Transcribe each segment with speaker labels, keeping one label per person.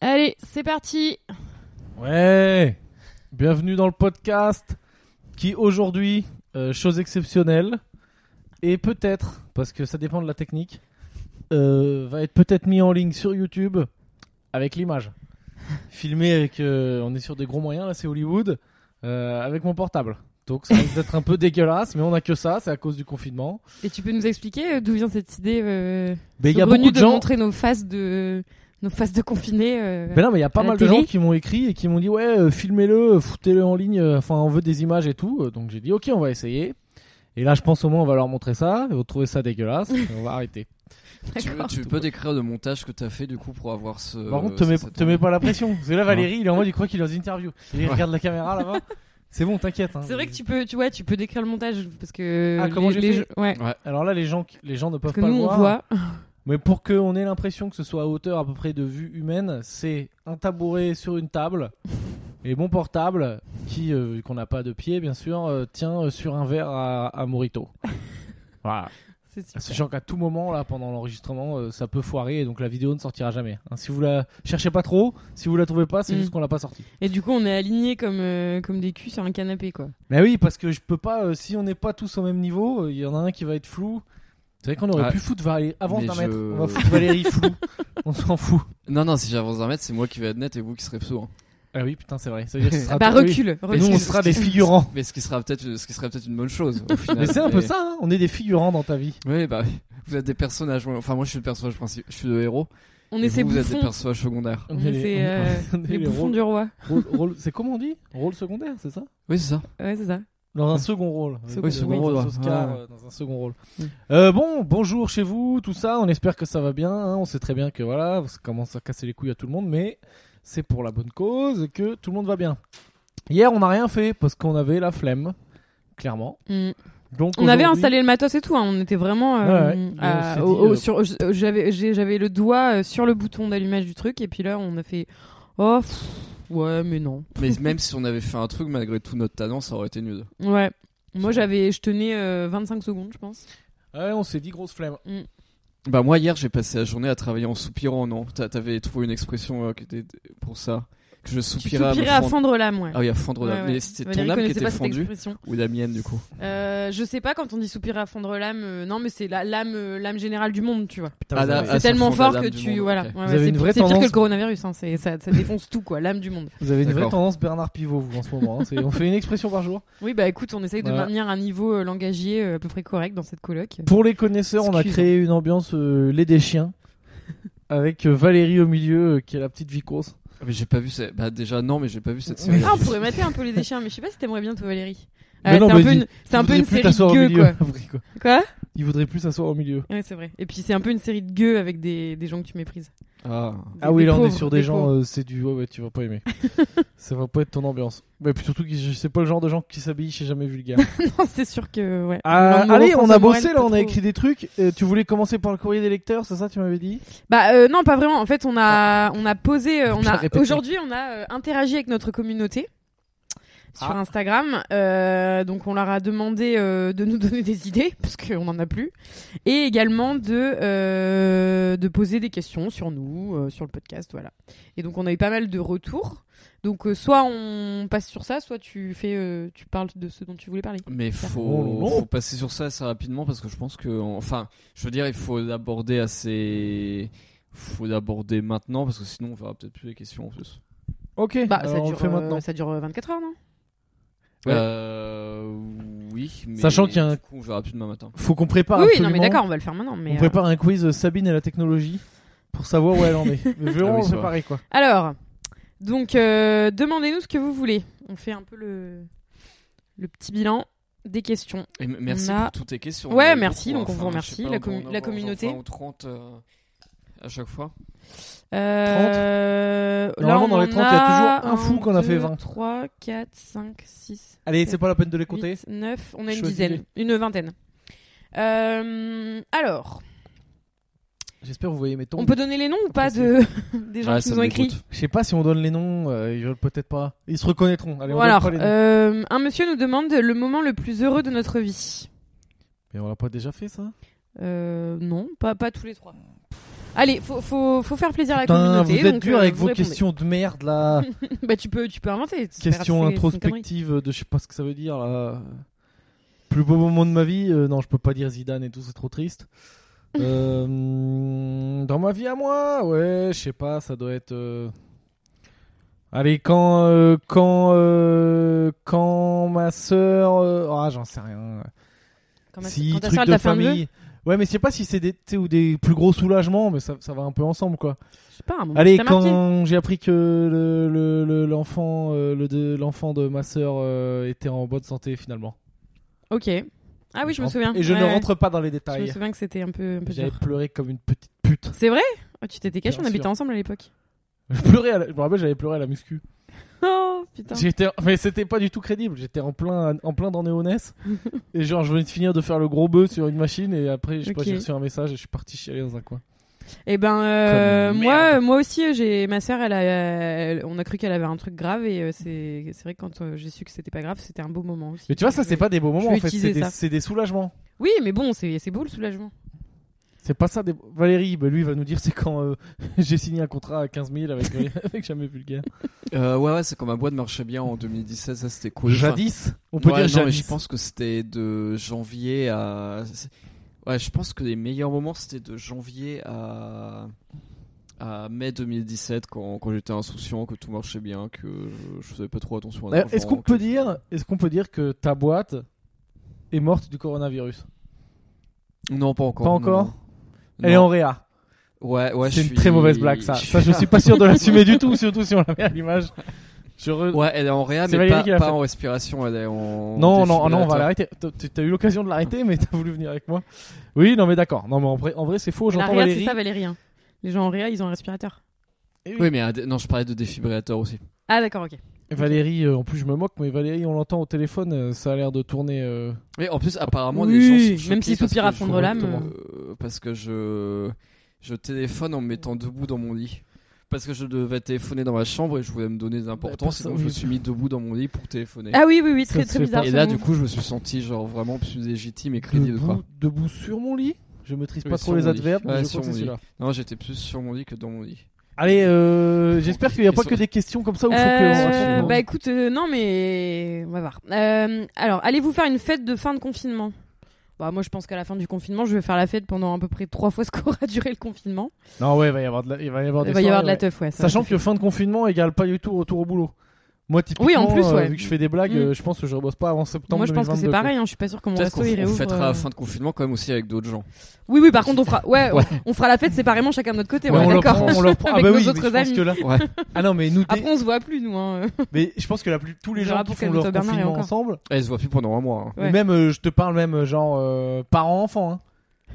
Speaker 1: Allez, c'est parti.
Speaker 2: Ouais Bienvenue dans le podcast qui aujourd'hui, euh, chose exceptionnelle, et peut-être, parce que ça dépend de la technique, euh, va être peut-être mis en ligne sur YouTube avec l'image. Filmé avec... euh, on est sur des gros moyens, là c'est Hollywood, euh, avec mon portable. Donc ça risque d'être un peu dégueulasse, mais on a que ça, c'est à cause du confinement.
Speaker 1: Et tu peux nous expliquer euh, d'où vient cette idée euh,
Speaker 2: Mais il y a
Speaker 1: saugrenue
Speaker 2: beaucoup de
Speaker 1: de,
Speaker 2: gens...
Speaker 1: montrer nos faces de nos faces de confinés. euh,
Speaker 2: Mais non, mais il y a pas
Speaker 1: à la
Speaker 2: mal de
Speaker 1: télé.
Speaker 2: gens qui m'ont écrit et qui m'ont dit ouais, euh, filmez-le, euh, foutez-le en ligne, euh, enfin on veut des images et tout. Euh, Donc j'ai dit ok, on va essayer. Et là, je pense au moins on va leur montrer ça, ils vont trouver ça dégueulasse, et on va arrêter.
Speaker 3: Tu,
Speaker 1: d'accord.
Speaker 3: tu peux décrire le montage que t'as fait du coup pour avoir ce.
Speaker 2: Par contre, te
Speaker 3: ce-
Speaker 2: mets,
Speaker 3: cette-
Speaker 2: te mets pas la pression. Parce que là, Valérie, il est en mode, il croit qu'il est dans une interview. Il regarde la caméra là-bas. C'est bon, t'inquiète. hein.
Speaker 1: C'est vrai que tu peux, tu vois, tu peux décrire le montage parce que
Speaker 2: Ah, comment
Speaker 1: les,
Speaker 2: j'ai
Speaker 1: les
Speaker 2: fait
Speaker 1: gens- ouais,
Speaker 2: Alors là, les gens, qui- les gens ne peuvent
Speaker 1: parce que
Speaker 2: pas
Speaker 1: nous
Speaker 2: le
Speaker 1: on
Speaker 2: voir. Ah,
Speaker 1: voit.
Speaker 2: Mais pour qu'on ait l'impression que ce soit à hauteur à peu près de vue humaine, c'est un tabouret sur une table et mon portable, qui euh, vu qu'on n'a pas de pied bien sûr, euh, tient euh, sur un verre à, à Morito. voilà.
Speaker 1: C'est super.
Speaker 2: Sachant qu'à tout moment là pendant l'enregistrement, euh, ça peut foirer et donc la vidéo ne sortira jamais. Hein, si vous la cherchez pas trop, si vous la trouvez pas, c'est
Speaker 1: Mm.
Speaker 2: juste qu'on l'a pas sortie.
Speaker 1: Et du coup, on est alignés comme euh, comme des culs sur un canapé quoi.
Speaker 2: Mais oui, parce que je peux pas. euh, si on n'est pas tous au même niveau, euh, il y en a un qui va être flou. C'est vrai qu'on aurait
Speaker 3: Ouais.
Speaker 2: pu foutre Valérie avant
Speaker 3: Ah. Mais
Speaker 2: d'un
Speaker 3: je-
Speaker 2: mètre. On va foutre Valérie flou. On s'en fout.
Speaker 3: Non, non, si j'avance d'un mètre, c'est moi qui vais être net et vous qui serez pseudo. hein.
Speaker 2: Ah oui, putain, c'est vrai. Ça veut dire que ce sera
Speaker 1: bah
Speaker 2: tout- oui.
Speaker 1: recule,
Speaker 2: Et
Speaker 1: recule.
Speaker 2: nous, on sera des figurants.
Speaker 3: Mais ce qui sera peut-être ce qui serait peut-être une bonne chose au final.
Speaker 2: Mais c'est un peu ça, hein, on est des figurants dans ta vie.
Speaker 3: Oui, bah oui. Vous êtes des personnages. ouais. Enfin, moi je suis le personnage principal, je suis le héros.
Speaker 1: on
Speaker 3: et
Speaker 1: est
Speaker 3: vous,
Speaker 1: ces
Speaker 3: vous êtes des
Speaker 1: bouffons.
Speaker 3: personnages secondaires.
Speaker 1: On est ces, euh,
Speaker 2: on est
Speaker 1: les
Speaker 2: les
Speaker 1: bouffons
Speaker 2: rôles-
Speaker 1: du roi.
Speaker 2: rôles- rôles- C'est comment on dit Rôle secondaire, c'est ça
Speaker 3: Oui, c'est ça.
Speaker 1: Ouais, c'est ça.
Speaker 2: Dans un second rôle.
Speaker 1: Second-
Speaker 2: Dans
Speaker 1: oui,
Speaker 2: les
Speaker 3: rôle, ouais.
Speaker 2: Oscars,
Speaker 3: Ouais.
Speaker 2: euh, dans un second rôle.
Speaker 1: Mm.
Speaker 2: Euh, bon, bonjour chez vous, tout ça. On espère que ça va bien. hein. On sait très bien que voilà, ça commence à casser les couilles à tout le monde, mais c'est pour la bonne cause que tout le monde va bien. Hier, on n'a rien fait parce qu'on avait la flemme, clairement.
Speaker 1: Mm.
Speaker 2: Donc
Speaker 1: On avait
Speaker 2: aujourd'hui-
Speaker 1: installé le matos et tout, hein, on était vraiment. euh,
Speaker 2: Ouais, ouais.
Speaker 1: à-
Speaker 2: Et on s'est
Speaker 1: au-
Speaker 2: dit,
Speaker 1: au-
Speaker 2: euh,
Speaker 1: sur- je- J'avais j'ai- j'avais le doigt euh, sur le bouton d'allumage du truc, et puis là, on a fait. Oh, pff, ouais, mais non.
Speaker 3: Mais même si on avait fait un truc malgré tout notre talent, ça aurait été nul.
Speaker 1: Ouais. Moi, j'avais, je tenais euh, 25 secondes, je pense.
Speaker 2: Ouais, on s'est dit grosse flemme.
Speaker 3: Bah moi hier j'ai passé la journée à travailler en soupirant, non T'a- T'avais trouvé une expression euh, qui était pour ça que je
Speaker 1: Tu
Speaker 3: soupirais, à me
Speaker 1: soupirais à
Speaker 3: fendre-
Speaker 1: fendre l'âme, ouais.
Speaker 3: Ah oui, à fendre l'âme.
Speaker 1: Ouais, ouais.
Speaker 3: Mais c'était
Speaker 1: Valérie
Speaker 3: ton âme qui
Speaker 1: connaissait
Speaker 3: était
Speaker 1: pas cette
Speaker 3: fendue
Speaker 1: expression.
Speaker 3: ou la mienne du coup
Speaker 1: Euh, je sais pas quand on dit soupirer à fendre l'âme, euh, non, mais c'est la- l'âme euh, l'âme générale du monde, tu vois.
Speaker 2: Putain,
Speaker 3: Ah,
Speaker 2: vous
Speaker 3: là,
Speaker 2: avez-
Speaker 3: ah,
Speaker 1: C'est
Speaker 3: ça
Speaker 1: tellement
Speaker 3: fond
Speaker 1: fort
Speaker 3: la
Speaker 1: que
Speaker 3: lame du
Speaker 1: tu
Speaker 3: monde,
Speaker 1: voilà.
Speaker 3: ok.
Speaker 1: Ouais, ouais,
Speaker 2: avez
Speaker 1: c'est
Speaker 2: une vraie
Speaker 1: c'est pire que
Speaker 2: tendance-
Speaker 1: le coronavirus, hein, c'est- ça, ça défonce tout quoi, l'âme du monde.
Speaker 2: Vous avez une vraie
Speaker 3: D'accord.
Speaker 2: tendance Bernard Pivot, vous, en ce moment. hein. C'est- On fait une expression par jour.
Speaker 1: Oui, bah écoute, on essaye de
Speaker 2: Ouais.
Speaker 1: maintenir un niveau euh, langagier euh, à peu près correct dans cette coloc.
Speaker 2: Pour les connaisseurs, on a
Speaker 1: Excuse.
Speaker 2: créé une ambiance euh, les des chiens. Avec euh, Valérie au milieu, euh, qui est la petite vicose.
Speaker 3: Mais j'ai pas vu ça. Bah déjà non, mais j'ai pas vu cette série.
Speaker 1: Ah, on pourrait mater un peu les déchets, mais je sais pas si t'aimerais bien toi Valérie.
Speaker 2: Mais
Speaker 1: Ah,
Speaker 2: non,
Speaker 1: c'est un
Speaker 2: mais
Speaker 1: peu
Speaker 2: dis-
Speaker 1: une, c'est un peu
Speaker 2: Il voudrait
Speaker 1: une
Speaker 2: plus
Speaker 1: série
Speaker 2: t'asseoir au
Speaker 1: de gueux
Speaker 2: milieu,
Speaker 1: quoi.
Speaker 2: après, quoi.
Speaker 1: Quoi
Speaker 2: Il voudrait plus s'asseoir au milieu.
Speaker 1: Ouais, c'est vrai. Et puis c'est un peu une série de gueux avec des, des gens que tu méprises.
Speaker 3: Ah.
Speaker 1: Des-
Speaker 2: Ah oui,
Speaker 1: des
Speaker 2: là on est
Speaker 1: pauvres,
Speaker 2: sur
Speaker 1: des,
Speaker 2: des, gens,
Speaker 1: pauvres.
Speaker 2: euh, c'est du. Ouais, ouais, tu vas pas aimer. ça va pas être ton ambiance. Mais puis surtout, que je- c'est pas le genre de gens qui s'habillent chez Jamais Vulgaire.
Speaker 1: Non, c'est sûr que ouais.
Speaker 2: Ah,
Speaker 1: Laure Moreau,
Speaker 2: allez, on
Speaker 1: François
Speaker 2: a bossé
Speaker 1: Morel,
Speaker 2: là,
Speaker 1: pas
Speaker 2: on a
Speaker 1: trop.
Speaker 2: écrit des trucs. Euh, tu voulais commencer par le courrier des lecteurs, c'est ça, tu m'avais dit
Speaker 1: Bah euh, non, pas vraiment. En fait, on a
Speaker 2: Ah.
Speaker 1: on a posé, euh, on
Speaker 2: Bien
Speaker 1: a
Speaker 2: répété.
Speaker 1: aujourd'hui, on a euh, interagi avec notre communauté sur
Speaker 2: Ah.
Speaker 1: Instagram. Euh, donc on leur a demandé euh, de nous donner des idées parce qu'on en a plus, et également de euh, de poser des questions sur nous, euh, sur le podcast, voilà. Et donc on a eu pas mal de retours. Donc euh, soit on passe sur ça, soit tu fais, euh, tu parles de ce dont tu voulais parler.
Speaker 3: Mais
Speaker 2: Oh,
Speaker 3: faut,
Speaker 2: non.
Speaker 3: faut passer sur ça assez rapidement parce que je pense que enfin, je veux dire, il faut l'aborder assez faut l'aborder maintenant parce que sinon on verra peut-être plus les questions en plus.
Speaker 2: Ok,
Speaker 1: Bah
Speaker 2: alors
Speaker 1: ça
Speaker 2: on
Speaker 1: dure,
Speaker 2: le fait
Speaker 1: euh,
Speaker 2: maintenant.
Speaker 1: ça dure euh, 24 heures, non
Speaker 2: Ouais.
Speaker 3: Euh, oui, mais
Speaker 2: Sachant qu'il y a un-
Speaker 3: du coup, on verra plus demain matin.
Speaker 2: Faut qu'on prépare
Speaker 1: Oui, oui, non
Speaker 2: absolument.
Speaker 1: mais d'accord, on va le faire maintenant. Mais
Speaker 2: on
Speaker 1: euh,
Speaker 2: prépare un quiz euh, Sabine et la technologie pour savoir où elle en est. Mais
Speaker 3: Ah
Speaker 2: vraiment,
Speaker 3: oui,
Speaker 2: on
Speaker 3: c'est
Speaker 2: préparer quoi.
Speaker 1: Alors, donc, euh, demandez-nous ce que vous voulez. On fait un peu le, le petit bilan des questions.
Speaker 3: Et m- merci
Speaker 1: On a-
Speaker 3: pour toutes tes questions.
Speaker 1: Ouais,
Speaker 3: Il y en a
Speaker 1: merci, donc on vous
Speaker 3: je sais
Speaker 1: remercie,
Speaker 3: pas,
Speaker 1: la
Speaker 3: on doit en
Speaker 1: commu- la
Speaker 3: avoir genre
Speaker 1: communauté.
Speaker 3: 20 ou 30 euh, à chaque fois.
Speaker 1: Euh,
Speaker 2: Normalement, dans les 30, il y a toujours un fou qu'on a fait 20.
Speaker 1: 3, 4, 5, 6,
Speaker 2: Allez, c'est pas la peine de les compter.
Speaker 1: 8, 9, on a une
Speaker 2: Choisissez.
Speaker 1: dizaine, une vingtaine. Euh, alors,
Speaker 2: J'espère que vous voyez mes
Speaker 1: on
Speaker 2: tombes.
Speaker 1: peut donner les noms ou pas
Speaker 2: Après,
Speaker 1: de des gens
Speaker 3: Ouais,
Speaker 1: qui
Speaker 3: ça
Speaker 1: nous ont
Speaker 3: me
Speaker 1: écrit
Speaker 3: dégoûte.
Speaker 2: Je sais pas si on donne les noms, euh, ils veulent peut-être pas. Ils se reconnaîtront. Allez, on
Speaker 1: Bon, alors,
Speaker 2: donne pas les noms.
Speaker 1: euh, un monsieur nous demande le moment le plus heureux de notre vie.
Speaker 2: Mais on l'a pas déjà fait ça
Speaker 1: Euh, non, pas, pas tous les trois. Allez, faut, faut, faut faire plaisir à la
Speaker 2: Putain, vous
Speaker 1: communauté.
Speaker 2: êtes
Speaker 1: donc,
Speaker 2: dur
Speaker 1: euh,
Speaker 2: avec
Speaker 1: vous
Speaker 2: vos
Speaker 1: répondez.
Speaker 2: questions de merde là.
Speaker 1: Bah, tu peux, tu peux inventer. c'est pas grave,
Speaker 2: Question
Speaker 1: c'est- c'est une connerie.
Speaker 2: introspective de je sais pas ce que ça veut dire là. Plus beau moment de ma vie, euh, non, je peux pas dire Zidane et tout, c'est trop triste. Euh, hmm, dans ma vie à moi, ouais, je sais pas, ça doit être. euh, Allez, quand euh, quand euh, quand ma sœur, euh, ah j'en sais rien.
Speaker 1: Quand ma-
Speaker 2: si
Speaker 1: quand ta
Speaker 2: truc
Speaker 1: sœur, elle
Speaker 2: de
Speaker 1: t'a fait un neveu
Speaker 2: famille. Ouais, mais je sais pas si c'est des tu sais, ou des plus gros soulagements, mais ça, ça va un peu ensemble quoi.
Speaker 1: Je sais pas, un moment,
Speaker 2: Allez,
Speaker 1: t'as marqué.
Speaker 2: quand j'ai appris que le- le- le- l'enfant euh, le, le, de l'enfant de ma sœur euh, était en bonne santé finalement.
Speaker 1: Ok. Ah oui, je me
Speaker 2: rentre-
Speaker 1: souviens.
Speaker 2: Et je
Speaker 1: Ouais,
Speaker 2: ne
Speaker 1: ouais.
Speaker 2: rentre pas dans les
Speaker 1: Je me
Speaker 2: détails.
Speaker 1: souviens que c'était un peu, un peu
Speaker 2: J'avais
Speaker 1: dur.
Speaker 2: pleuré comme une petite pute.
Speaker 1: C'est vrai Oh, Tu t'étais caché,
Speaker 2: Bien
Speaker 1: on habitait
Speaker 2: sûr.
Speaker 1: ensemble à l'époque.
Speaker 2: Je pleurais. à la- Je me rappelle, j'avais pleuré à la muscu.
Speaker 1: Oh putain.
Speaker 2: J'étais, mais c'était pas du tout crédible. J'étais en plein, en plein dans Néoness. et genre, je venais de finir de faire le gros bœuf sur une machine et après, je sais pas,
Speaker 1: Ok.
Speaker 2: j'ai reçu un message et je suis parti chialer dans un coin.
Speaker 1: Eh ben, euh,
Speaker 2: Comme
Speaker 1: moi,
Speaker 2: merde.
Speaker 1: moi aussi, j'ai ma sœur, elle a, elle- on a cru qu'elle avait un truc grave et euh, c'est, c'est vrai que quand euh, j'ai su que c'était pas grave, c'était un beau moment aussi.
Speaker 2: Mais tu vois, ça,
Speaker 1: Je
Speaker 2: c'est
Speaker 1: vais-
Speaker 2: pas des beaux moments
Speaker 1: vais
Speaker 2: en fait.
Speaker 1: utiliser
Speaker 2: C'est des,
Speaker 1: ça.
Speaker 2: c'est des soulagements.
Speaker 1: Oui, mais bon, c'est, c'est beau le soulagement.
Speaker 2: C'est pas ça. Des... Valérie, bah, lui, va nous dire c'est quand euh, j'ai signé un contrat à 15 000 avec, euh, avec Jamais Vulgaire.
Speaker 3: Euh, ouais, ouais, c'est quand ma boîte marchait bien en 2017, ça c'était cool. Enfin,
Speaker 2: Jadis. On peut
Speaker 3: ouais,
Speaker 2: dire
Speaker 3: non, mais
Speaker 2: jadis.
Speaker 3: Je pense que c'était de janvier à. c'est- Ouais, je pense que les meilleurs moments c'était de janvier à. à mai 2017, quand, quand j'étais insouciant, que tout marchait bien, que je faisais pas trop attention à
Speaker 2: D'ailleurs, Eh,
Speaker 3: l'argent,
Speaker 2: Euh, Est-ce qu'on
Speaker 3: que-
Speaker 2: peut dire, est-ce qu'on peut dire que ta boîte est morte du coronavirus
Speaker 3: Non, pas encore.
Speaker 2: Pas
Speaker 3: non,
Speaker 2: encore
Speaker 3: non.
Speaker 2: Elle est
Speaker 3: Non.
Speaker 2: en réa.
Speaker 3: Ouais, ouais,
Speaker 2: c'est
Speaker 3: je
Speaker 2: une
Speaker 3: suis-
Speaker 2: très mauvaise blague ça.
Speaker 3: je
Speaker 2: Ça, je suis pas sûr de l'assumer du tout, surtout si on la met à l'image. Je re-
Speaker 3: Ouais, elle est en réa,
Speaker 2: C'est
Speaker 3: mais
Speaker 2: Valérie
Speaker 3: pas,
Speaker 2: qui l'a
Speaker 3: pas
Speaker 2: fait.
Speaker 3: en respiration, elle est en.
Speaker 2: Non, non, non, on va
Speaker 3: défibrillateur.
Speaker 2: l'arrêter. T'as- T'as eu l'occasion de l'arrêter, mais t'as voulu venir avec moi. Oui, non, mais d'accord. Non, mais en vrai, en vrai, c'est faux.
Speaker 1: La
Speaker 2: J'entends
Speaker 1: réa,
Speaker 2: Valérie. Eh
Speaker 1: c'est ça, Valérie. hein. Les gens en réa, ils ont un respirateur.
Speaker 3: Oui, mais un dé- non, je parlais de défibrillateur aussi.
Speaker 1: Ah d'accord, ok.
Speaker 2: Valérie, euh, en plus, je me moque, mais Valérie, on l'entend au téléphone. euh, ça a l'air de tourner. euh,
Speaker 3: Mais en plus, apparemment,
Speaker 1: Oui,
Speaker 3: les gens
Speaker 1: oui,
Speaker 3: sont
Speaker 1: même
Speaker 3: choqués
Speaker 1: s'ils
Speaker 3: parce
Speaker 1: soupirent
Speaker 3: que
Speaker 1: à fondre
Speaker 3: je-
Speaker 1: l'âme.
Speaker 3: euh, parce que je je téléphone en me mettant debout dans mon lit. Parce que je devais téléphoner dans ma chambre et je voulais me donner des importances,
Speaker 2: personne-
Speaker 3: donc je me
Speaker 2: oui.
Speaker 3: suis mis debout dans mon lit pour téléphoner.
Speaker 1: Ah oui, oui, oui,
Speaker 2: Ça
Speaker 1: très,
Speaker 2: se
Speaker 1: très
Speaker 2: fait
Speaker 1: bizarre.
Speaker 2: pas.
Speaker 3: et
Speaker 1: ce
Speaker 3: là,
Speaker 1: mot.
Speaker 3: du coup, je me suis senti genre vraiment plus légitime et crédible. quoi.
Speaker 2: Debout, debout sur mon lit. Je maîtrise
Speaker 3: Oui,
Speaker 2: pas
Speaker 3: sur
Speaker 2: trop les
Speaker 3: mon lit.
Speaker 2: adverbes. mais
Speaker 3: Ouais,
Speaker 2: je
Speaker 3: sur
Speaker 2: crois que
Speaker 3: mon
Speaker 2: c'est
Speaker 3: lit.
Speaker 2: celui-là.
Speaker 3: Non, j'étais plus sur mon lit que dans mon lit.
Speaker 2: Allez, euh, j'espère qu'il n'y a pas que hein. des questions comme ça où il faut
Speaker 1: Euh,
Speaker 2: que.
Speaker 1: bah écoute, euh, non mais on va voir. Euh, alors, allez-vous faire une fête de fin de confinement Bah moi, je pense qu'à la fin du confinement, je vais faire la fête pendant à peu près trois fois ce qu'aura duré le confinement.
Speaker 2: Non, ouais, il va y avoir de la, il va y avoir des
Speaker 1: Il va y avoir
Speaker 2: soirées,
Speaker 1: de la
Speaker 2: ouais.
Speaker 1: teuf, ouais. ça va
Speaker 2: Sachant que fin de confinement égale pas du tout retour au boulot. Moi, typiquement,
Speaker 1: Oui, en plus,
Speaker 2: euh,
Speaker 1: ouais.
Speaker 2: vu que je fais des blagues,
Speaker 1: Mm.
Speaker 2: euh, je pense que je rebosse pas avant septembre.
Speaker 1: Moi, je pense que c'est
Speaker 2: 2022, quoi.
Speaker 1: pareil. hein, je suis pas sûr que mon
Speaker 3: Peut-être
Speaker 1: resto
Speaker 3: qu'on f-
Speaker 1: il
Speaker 3: on
Speaker 1: réouvre.
Speaker 3: fêtera
Speaker 1: euh.
Speaker 3: la fin de confinement quand même aussi avec d'autres gens.
Speaker 1: Oui, oui. Par contre, on fera. Ouais,
Speaker 3: Ouais.
Speaker 1: on fera la fête séparément, chacun de notre côté.
Speaker 2: Ouais,
Speaker 1: ouais,
Speaker 2: on leur
Speaker 1: d'accord.
Speaker 2: prend- on leur prend- Ah
Speaker 1: Avec
Speaker 2: bah
Speaker 1: nos
Speaker 2: oui, mais
Speaker 1: autres
Speaker 2: je pense
Speaker 1: amis.
Speaker 2: que là.
Speaker 3: Ouais.
Speaker 2: Ah non, mais nous, dès-
Speaker 1: Après, on se voit plus, nous. hein.
Speaker 2: mais je pense que la plus... tous les
Speaker 1: On
Speaker 2: gens
Speaker 1: verra
Speaker 2: qui
Speaker 1: pour
Speaker 2: font
Speaker 1: Calme-toi
Speaker 2: leur
Speaker 1: Bernard et
Speaker 2: confinement
Speaker 1: encore.
Speaker 2: ensemble,
Speaker 3: Eh, Elle se voit plus pendant un mois. hein.
Speaker 1: Ouais.
Speaker 2: même euh, je te parle même genre euh, parents-enfants.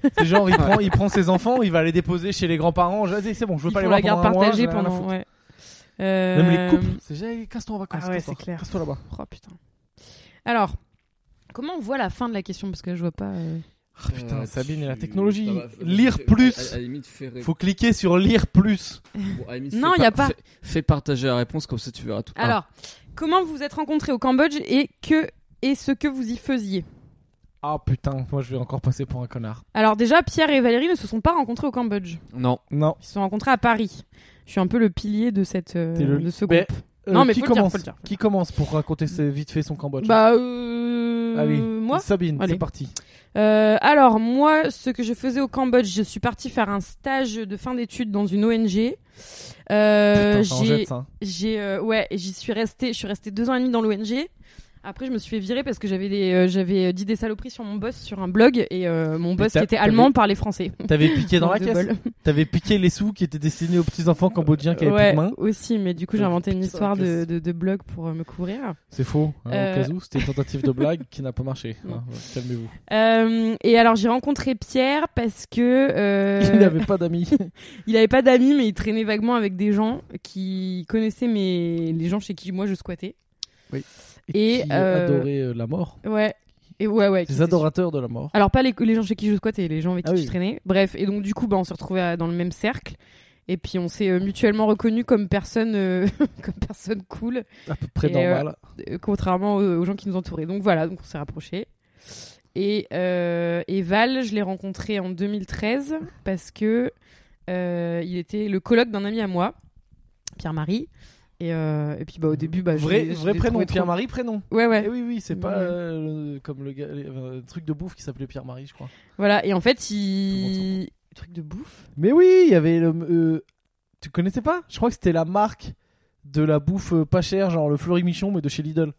Speaker 2: Hein. C'est genre, il prend, il prend ses enfants, il va les déposer chez les grands-parents. Je dis, C'est bon, je veux
Speaker 1: Ils
Speaker 2: pas les
Speaker 1: font
Speaker 2: voir
Speaker 1: la garde
Speaker 2: pendant un mois,
Speaker 1: partagée
Speaker 2: j'en ai rien à
Speaker 1: pendant.
Speaker 2: foutre.
Speaker 1: Ouais. Euh,
Speaker 2: Même les couples. C'est j'ai- casse-toi en vacances.
Speaker 1: Ah ouais,
Speaker 2: casse-toi.
Speaker 1: c'est clair.
Speaker 2: Casse-toi là-bas.
Speaker 1: Oh putain. Alors, comment on voit la fin de la question Parce que je vois pas. euh.
Speaker 2: Ah putain,
Speaker 3: Euh,
Speaker 2: Sabine et la
Speaker 3: tu-
Speaker 2: technologie.
Speaker 3: Non, bah,
Speaker 2: Lire
Speaker 3: fais- À, à
Speaker 2: plus.
Speaker 3: la limite, fais ré-
Speaker 2: Faut cliquer sur lire plus.
Speaker 3: Bon, à la limite,
Speaker 1: Non,
Speaker 3: fais
Speaker 1: y a pas.
Speaker 3: Fais, fais partager la réponse comme ça tu verras tout. Ah.
Speaker 1: Alors, comment vous vous êtes rencontrés au Cambodge et que et ce que vous y faisiez
Speaker 2: Ah putain, moi je vais encore passer pour un connard.
Speaker 1: Alors déjà, Pierre et Valérie ne se sont pas rencontrés au Cambodge.
Speaker 3: Non.
Speaker 2: Non.
Speaker 1: Ils se sont rencontrés à Paris. Je suis un peu le pilier de cette euh,
Speaker 2: T'es le-
Speaker 1: de ce
Speaker 2: Mais,
Speaker 1: groupe.
Speaker 2: euh,
Speaker 1: Non, mais
Speaker 2: qui
Speaker 1: faut le dire,
Speaker 2: commence
Speaker 1: faut le dire, faut le
Speaker 2: Qui commence pour raconter ses- vite fait son Cambodge
Speaker 1: Bah euh,
Speaker 2: Allez.
Speaker 1: moi.
Speaker 2: Sabine,
Speaker 1: Allez.
Speaker 2: c'est parti.
Speaker 1: Euh, alors moi, ce que je faisais au Cambodge, je suis partie faire un stage de fin d'études dans une ONG. Euh,
Speaker 2: Putain, hein. ça en
Speaker 1: j'ai-
Speaker 2: jette, ça.
Speaker 1: j'ai euh, ouais, j'y suis restée, je suis restée deux ans et demi dans l'ONG. Après, je me suis fait virer parce que j'avais des, euh, j'avais dit des saloperies sur mon boss sur un blog et euh, mon boss
Speaker 2: t'as-
Speaker 1: qui était
Speaker 2: t'avais-
Speaker 1: allemand parlait français.
Speaker 2: T'avais piqué dans la
Speaker 1: Manque de
Speaker 2: caisse.
Speaker 1: bol.
Speaker 2: T'avais piqué les sous qui étaient destinés aux petits enfants cambodgiens qui avaient plus
Speaker 1: Ouais,
Speaker 2: de main.
Speaker 1: aussi, mais du coup, j'ai
Speaker 2: T'avais
Speaker 1: inventé une
Speaker 2: piqué dans la
Speaker 1: histoire de,
Speaker 2: caisse.
Speaker 1: de, de blog pour euh, me couvrir.
Speaker 2: C'est faux. hein,
Speaker 1: Euh.
Speaker 2: Au cas où, c'était une tentative de blague qui n'a pas marché.
Speaker 1: Non.
Speaker 2: hein, ouais, Calmez-vous.
Speaker 1: Euh, et alors, j'ai rencontré Pierre parce que euh,
Speaker 2: Il n'avait pas d'amis.
Speaker 1: il avait pas d'amis, mais il traînait vaguement avec des gens qui connaissaient mes les gens chez qui moi je squattais. Et,
Speaker 2: qui
Speaker 1: euh,
Speaker 2: adorait euh, la mort.
Speaker 1: Ouais. Et ouais, ouais. qui
Speaker 2: Les
Speaker 1: étaient
Speaker 2: adorateurs de la mort.
Speaker 1: Alors pas les, les gens chez qui je squattais, les gens avec qui
Speaker 2: Ah
Speaker 1: je
Speaker 2: oui.
Speaker 1: traînais. Bref, et donc du coup, bah, on s'est retrouvés à- dans le même cercle. Et puis on s'est euh, mutuellement reconnus comme personne, euh, comme personne cool,
Speaker 2: À peu près
Speaker 1: Et,
Speaker 2: normal.
Speaker 1: euh, contrairement aux, aux gens qui nous entouraient. Donc voilà, donc on s'est rapprochés. Et, euh, et Val, je l'ai rencontré en 2013 parce que Euh, il était le colloque d'un ami à moi, Pierre-Marie. Et, euh, et puis bah, au début, bah, je
Speaker 2: vrai
Speaker 1: l'ai- je
Speaker 2: vrai
Speaker 1: l'ai
Speaker 2: prénom,
Speaker 1: trouvé trop-
Speaker 2: Pierre-Marie, prénom.
Speaker 1: Ouais, ouais.
Speaker 2: Eh oui, oui, c'est pas
Speaker 1: Ouais.
Speaker 2: euh, le- comme le gars, les- euh, truc de bouffe qui s'appelait Pierre-Marie, je crois.
Speaker 1: Voilà, et en fait,
Speaker 2: Tout le
Speaker 1: il. Truc de bouffe
Speaker 2: Mais oui, il y avait le. euh, tu connaissais pas Je crois que c'était la marque de la bouffe euh, pas chère, genre le Fleurimichon, mais de chez Lidl.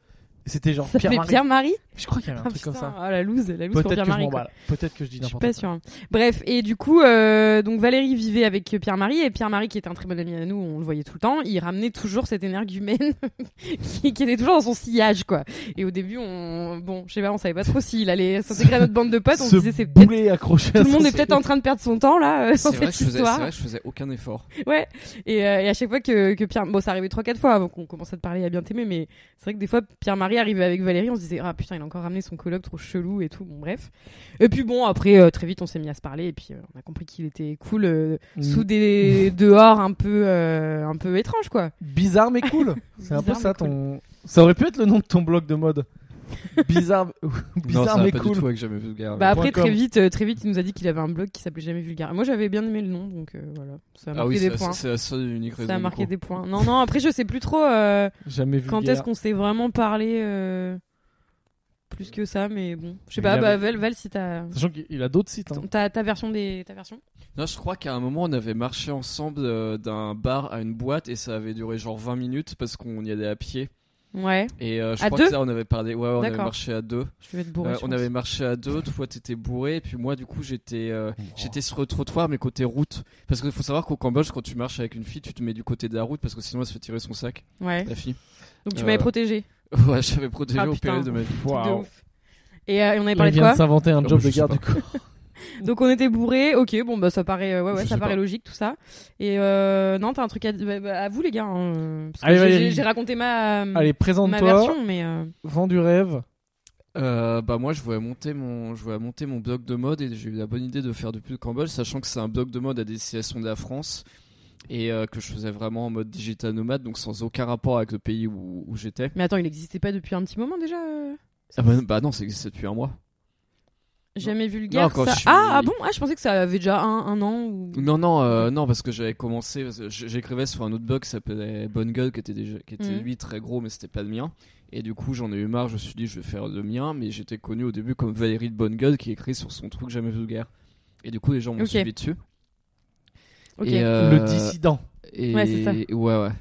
Speaker 2: Et C'était genre
Speaker 1: Ça fait
Speaker 2: Pierre-Marie.
Speaker 1: Pierre-Marie
Speaker 2: Je crois qu'il y avait un
Speaker 1: Ah,
Speaker 2: truc comme
Speaker 1: putain,
Speaker 2: ça.
Speaker 1: ah, la loose, la loose pour
Speaker 2: Peut-être que je
Speaker 1: Pierre-Marie. quoi.
Speaker 2: m'emballe. Peut-être que je dis
Speaker 1: Je suis
Speaker 2: n'importe
Speaker 1: pas
Speaker 2: quoi.
Speaker 1: sûre. hein. Bref, et du coup, euh, donc Valérie vivait avec Pierre-Marie, et Pierre-Marie, qui était un très bon ami à nous, on le voyait tout le temps, il ramenait toujours cette énergumène qui, qui était toujours dans son sillage, quoi. Et au début, on, bon, je sais pas, on savait pas trop s'il allait s'intégrer à notre bande de potes, on se
Speaker 2: Ce
Speaker 1: disait Bah, c'est peut-être.
Speaker 2: boulet accroché à
Speaker 1: Tout le
Speaker 2: son-
Speaker 1: monde est peut-être en train de perdre son temps là euh,
Speaker 3: C'est
Speaker 1: dans
Speaker 3: vrai, que
Speaker 1: cette
Speaker 3: je faisais- c'est
Speaker 1: histoire.
Speaker 3: vrai que je faisais aucun effort.
Speaker 1: Ouais. Et, euh, et à chaque fois que, que Pierre, bon, ça arrivait trois quatre fois avant qu'on commence à te parler à bien t'aimer, mais c'est vrai que des fois Pierre-Marie arrivait avec Valérie, on se disait ah putain il a encore ramené son colloque trop chelou et tout. Bon bref. Et puis bon après euh, très vite on s'est mis à se parler et puis euh, on a compris qu'il était cool euh,
Speaker 2: Mm.
Speaker 1: sous des dehors un peu euh, un peu étrange quoi.
Speaker 2: Bizarre mais cool. C'est un peu
Speaker 1: Bizarre,
Speaker 2: ça
Speaker 1: mais cool.
Speaker 2: ton. Ça aurait pu être le nom de ton blog de mode. Bizarre,
Speaker 3: non,
Speaker 2: bizarre
Speaker 3: ça va
Speaker 2: mais
Speaker 3: pas
Speaker 2: cool.
Speaker 3: du tout avec jamais vu de gars.
Speaker 1: Bah
Speaker 2: Point
Speaker 1: après très
Speaker 2: com.
Speaker 1: vite euh, très vite il nous a dit qu'il avait un blog qui s'appelait jamais vulgaire. Moi j'avais bien aimé le nom donc euh, voilà ça a marqué
Speaker 3: ah oui,
Speaker 1: des
Speaker 3: c'est
Speaker 1: points.
Speaker 3: la- c'est la seule et unique raison.
Speaker 1: Ça a
Speaker 3: du
Speaker 1: marqué
Speaker 3: coup.
Speaker 1: des points. Non non après je sais plus trop. euh,
Speaker 2: Jamais vu.
Speaker 1: Quand est-ce qu'on s'est vraiment parlé euh, plus que ça, mais bon. Je sais
Speaker 2: Mais
Speaker 1: pas,
Speaker 2: il y
Speaker 1: bah,
Speaker 2: avait-
Speaker 1: Val, Val, si t'as
Speaker 2: Sachant qu'il a d'autres sites. hein.
Speaker 1: ta, ta version des. Ta version
Speaker 3: Non, je crois qu'à un moment, on avait marché ensemble euh, d'un bar à une boîte et ça avait duré genre 20 minutes parce qu'on y allait à pied.
Speaker 1: Ouais,
Speaker 3: Et euh, je
Speaker 1: À
Speaker 3: crois
Speaker 1: deux
Speaker 3: que ça, on avait parlé. Ouais, on avait
Speaker 1: D'accord.
Speaker 3: marché à deux.
Speaker 1: je vais être bourré.
Speaker 3: Euh,
Speaker 1: je
Speaker 3: on
Speaker 1: pense.
Speaker 3: avait marché à deux, toi t'étais bourré, et puis moi du coup j'étais euh, j'étais sur le trottoir mais côté route. Parce qu'il faut savoir qu'au Cambodge quand tu marches avec une fille tu te mets du côté de la route parce que sinon elle se fait tirer son sac,
Speaker 1: Ouais.
Speaker 3: la fille.
Speaker 1: Donc tu
Speaker 3: Euh,
Speaker 1: m'avais protégé.
Speaker 3: ouais j'avais protégé
Speaker 1: Ah,
Speaker 3: au
Speaker 1: putain.
Speaker 3: péril de ma vie.
Speaker 1: Truc de
Speaker 2: Waouh.
Speaker 1: ouf. Et euh, et on avait
Speaker 2: Il vient
Speaker 1: parlé de
Speaker 2: de
Speaker 1: quoi
Speaker 2: s'inventer un
Speaker 3: Non,
Speaker 2: job
Speaker 3: je
Speaker 2: de
Speaker 3: sais
Speaker 2: garde
Speaker 3: pas.
Speaker 2: du corps.
Speaker 1: Donc on était bourré, ok, bon bah ça paraît, euh, ouais, ouais,
Speaker 3: Je
Speaker 1: ça
Speaker 3: sais
Speaker 1: paraît
Speaker 3: pas.
Speaker 1: logique tout ça. Et euh, non, t'as un truc à, bah, bah, à vous les gars. hein, parce que
Speaker 2: Allez,
Speaker 1: j'ai-
Speaker 2: Valérie.
Speaker 1: j'ai- j'ai raconté ma,
Speaker 2: Allez,
Speaker 1: Hmm. ma
Speaker 2: présente-toi.
Speaker 1: version, mais. euh,
Speaker 2: Vends du rêve.
Speaker 3: Euh, bah moi je voulais monter mon je voulais monter mon blog de mode et j'ai eu la bonne idée de faire du pub Cambodge sachant que c'est un blog de mode à destination de la France et euh, que je faisais vraiment en mode digital nomade donc sans aucun rapport avec le pays où, où j'étais.
Speaker 1: Mais attends, il existait pas depuis un petit moment déjà euh,
Speaker 3: Ah bah, bah non, ça existait depuis un mois.
Speaker 1: Jamais vulgaire.
Speaker 3: Non, quand
Speaker 1: ça...
Speaker 3: je suis-
Speaker 1: ah, ah bon Ah, je pensais que ça avait déjà un, un an ou.
Speaker 3: Non, non, euh, non, parce que j'avais commencé, parce que j- j'écrivais sur un autre blog qui s'appelait Bonne Gueule, qui était, déjà, qui était
Speaker 1: Mhm.
Speaker 3: lui très gros, mais c'était pas le mien. Et du coup, j'en ai eu marre, je me suis dit, je vais faire le mien, mais j'étais connu au début comme Valérie de Bonne Gueule qui écrit sur son truc jamais vulgaire. Et du coup, les gens m'ont
Speaker 1: Ok.
Speaker 3: suivi dessus.
Speaker 1: Ok,
Speaker 3: Et, euh,
Speaker 2: Le dissident.
Speaker 3: et-
Speaker 1: Ouais, c'est ça.
Speaker 3: Ouais, ouais.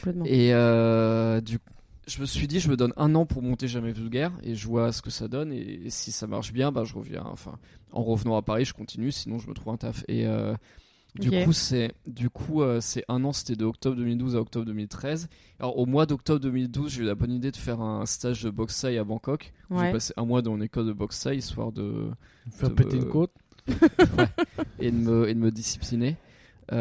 Speaker 1: complètement.
Speaker 3: Et euh, du coup, je me suis dit, je me donne un an pour monter Jamais Vulgaire et je vois ce que ça donne. Et, et si ça marche bien, bah, je reviens. Enfin, en revenant à Paris, je continue, sinon je me trouve un taf. Et euh, du
Speaker 1: Ok.
Speaker 3: coup, c'est du coup, euh, c'est un an, c'était de octobre 2012 à octobre 2013. Alors, au mois d'octobre 2012, j'ai eu la bonne idée de faire un stage de boxe thaï à Bangkok.
Speaker 1: Ouais.
Speaker 3: J'ai passé un mois dans une école de boxe thaï, histoire de
Speaker 2: Faire
Speaker 3: de-
Speaker 2: péter une côte.
Speaker 3: et de me, et de me discipliner.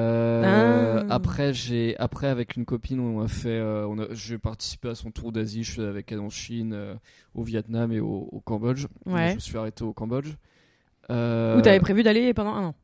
Speaker 3: Euh,
Speaker 1: Ah.
Speaker 3: Après, j'ai après avec une copine, on a fait, euh, on a, j'ai participé à son tour d'Asie. Je suis allé avec elle en Chine, euh, au Vietnam et au, au Cambodge.
Speaker 1: Ouais.
Speaker 3: Mais Je me suis arrêté au Cambodge. Euh,
Speaker 1: Où t'avais prévu d'aller pendant un an.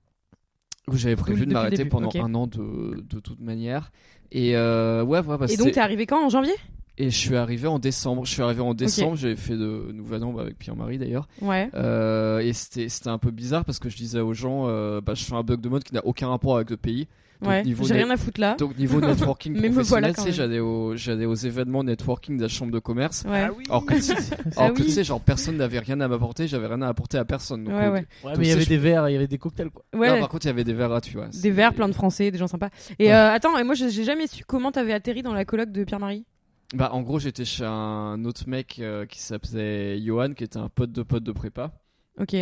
Speaker 3: où j'avais prévu
Speaker 1: depuis
Speaker 3: de
Speaker 1: le
Speaker 3: m'arrêter
Speaker 1: début,
Speaker 3: pendant
Speaker 1: ok.
Speaker 3: un an de, de toute manière. Et euh, ouais, ouais, bah,
Speaker 1: et
Speaker 3: c'était-
Speaker 1: donc t'es arrivé quand En janvier
Speaker 3: et je suis arrivé en décembre. Je suis arrivé en décembre. J'avais fait de Nouvel An bah, avec Pierre-Marie d'ailleurs.
Speaker 1: Ouais.
Speaker 3: Euh, et c'était c'était un peu bizarre parce que je disais aux gens, euh, bah, je fais un bug de mode qui n'a aucun rapport avec le pays. Donc,
Speaker 1: ouais.
Speaker 3: niveau
Speaker 1: J'ai
Speaker 3: net-
Speaker 1: rien à foutre là.
Speaker 3: Donc niveau networking
Speaker 1: Ah. Mais me voilà
Speaker 3: professionnel,
Speaker 1: quand
Speaker 3: tu sais,
Speaker 1: même.
Speaker 3: j'allais aux j'allais aux événements networking de la chambre de commerce.
Speaker 1: Ouais.
Speaker 2: oui.
Speaker 3: Alors que,
Speaker 1: Ah
Speaker 3: alors que, tu
Speaker 1: oui.
Speaker 3: sais, genre personne n'avait rien à m'apporter, j'avais rien à apporter à personne. Donc,
Speaker 1: Ouais,
Speaker 3: on-
Speaker 1: ouais.
Speaker 2: Ouais,
Speaker 3: Donc,
Speaker 2: mais il y
Speaker 3: c'est-
Speaker 2: avait
Speaker 3: je-
Speaker 2: des verres, il y avait des cocktails quoi.
Speaker 1: Ouais.
Speaker 3: Non, par contre, il y avait des verres gratuits. ouais.
Speaker 1: des verres, plein de français, des gens sympas. Et
Speaker 2: Ouais.
Speaker 1: euh, attends, et moi j'ai j'ai jamais su comment t'avais atterri dans la coloc de Pierre-Marie.
Speaker 3: Bah, en gros, j'étais chez un autre mec euh, qui s'appelait Johan, qui était un pote de pote de prépa.
Speaker 1: Ok.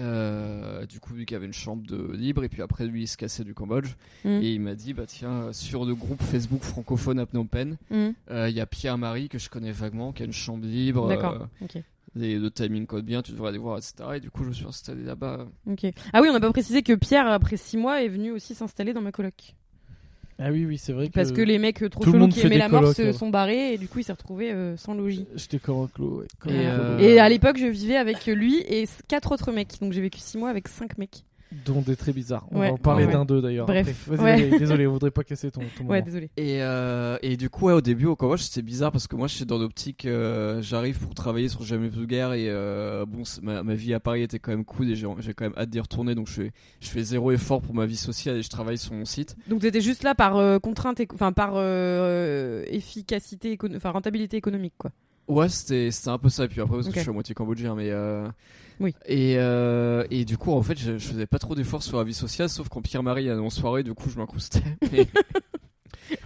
Speaker 3: Euh, du coup, lui qui avait une chambre de libre, et puis après, lui, il se cassait du Cambodge.
Speaker 1: Mm.
Speaker 3: Et il m'a dit, bah tiens, sur le groupe Facebook francophone à Phnom Penh,
Speaker 1: Mm.
Speaker 3: euh, il y a Pierre-Marie que je connais vaguement, qui a une chambre libre.
Speaker 1: D'accord.
Speaker 3: euh,
Speaker 1: Ok.
Speaker 3: les, le timing code bien, tu devrais aller voir, etc. Et du coup, je me suis installé là-bas.
Speaker 1: Ok. Ah oui, on n'a pas précisé que Pierre, après six mois, est venu aussi s'installer dans ma coloc.
Speaker 2: Ah oui, oui, c'est vrai.
Speaker 1: Parce que les mecs euh, trop
Speaker 2: Tout le
Speaker 1: chelous
Speaker 2: monde
Speaker 1: qui
Speaker 2: fait
Speaker 1: aimaient
Speaker 2: des
Speaker 1: la mort
Speaker 2: colocs,
Speaker 1: se
Speaker 2: euh.
Speaker 1: sont barrés et du coup il s'est retrouvé euh, sans logis.
Speaker 2: J'étais comme un clos. ouais, comme
Speaker 1: Et,
Speaker 2: un clos.
Speaker 3: euh,
Speaker 1: Et à l'époque, je vivais avec lui et s- quatre autres mecs. Donc j'ai vécu six mois avec cinq mecs.
Speaker 2: dont des très bizarres. On
Speaker 1: Ouais.
Speaker 2: va en parler
Speaker 1: Ouais.
Speaker 2: d'un d'eux d'ailleurs.
Speaker 1: Bref.
Speaker 2: Après. Vas-y,
Speaker 1: Ouais.
Speaker 2: Valérie, désolé, on voudrait pas casser ton, ton
Speaker 1: Ouais,
Speaker 2: moment.
Speaker 1: désolé.
Speaker 3: Et, euh, et du coup, ouais, au début, au Cambodge, c'était bizarre parce que moi, je suis dans l'optique, euh, j'arrive pour travailler sur Jamais vu de guerre et euh, bon, c'est- ma, ma vie à Paris était quand même cool et j'ai j'ai quand même hâte d'y retourner, donc je fais, je fais zéro effort pour ma vie sociale et je travaille sur mon site.
Speaker 1: Donc t'étais juste là par euh, contrainte, éco- enfin par euh, efficacité, écono- enfin rentabilité économique quoi.
Speaker 3: Ouais, c'était c'était un peu ça. Et puis après, parce
Speaker 1: Ok.
Speaker 3: que je suis à moitié cambodgien, mais. euh,
Speaker 1: Oui.
Speaker 3: Et, euh, et du coup, en fait, je, je faisais pas trop d'efforts sur la vie sociale, sauf quand Pierre-Marie allait en soirée, du coup, je m'incrustais. Mais,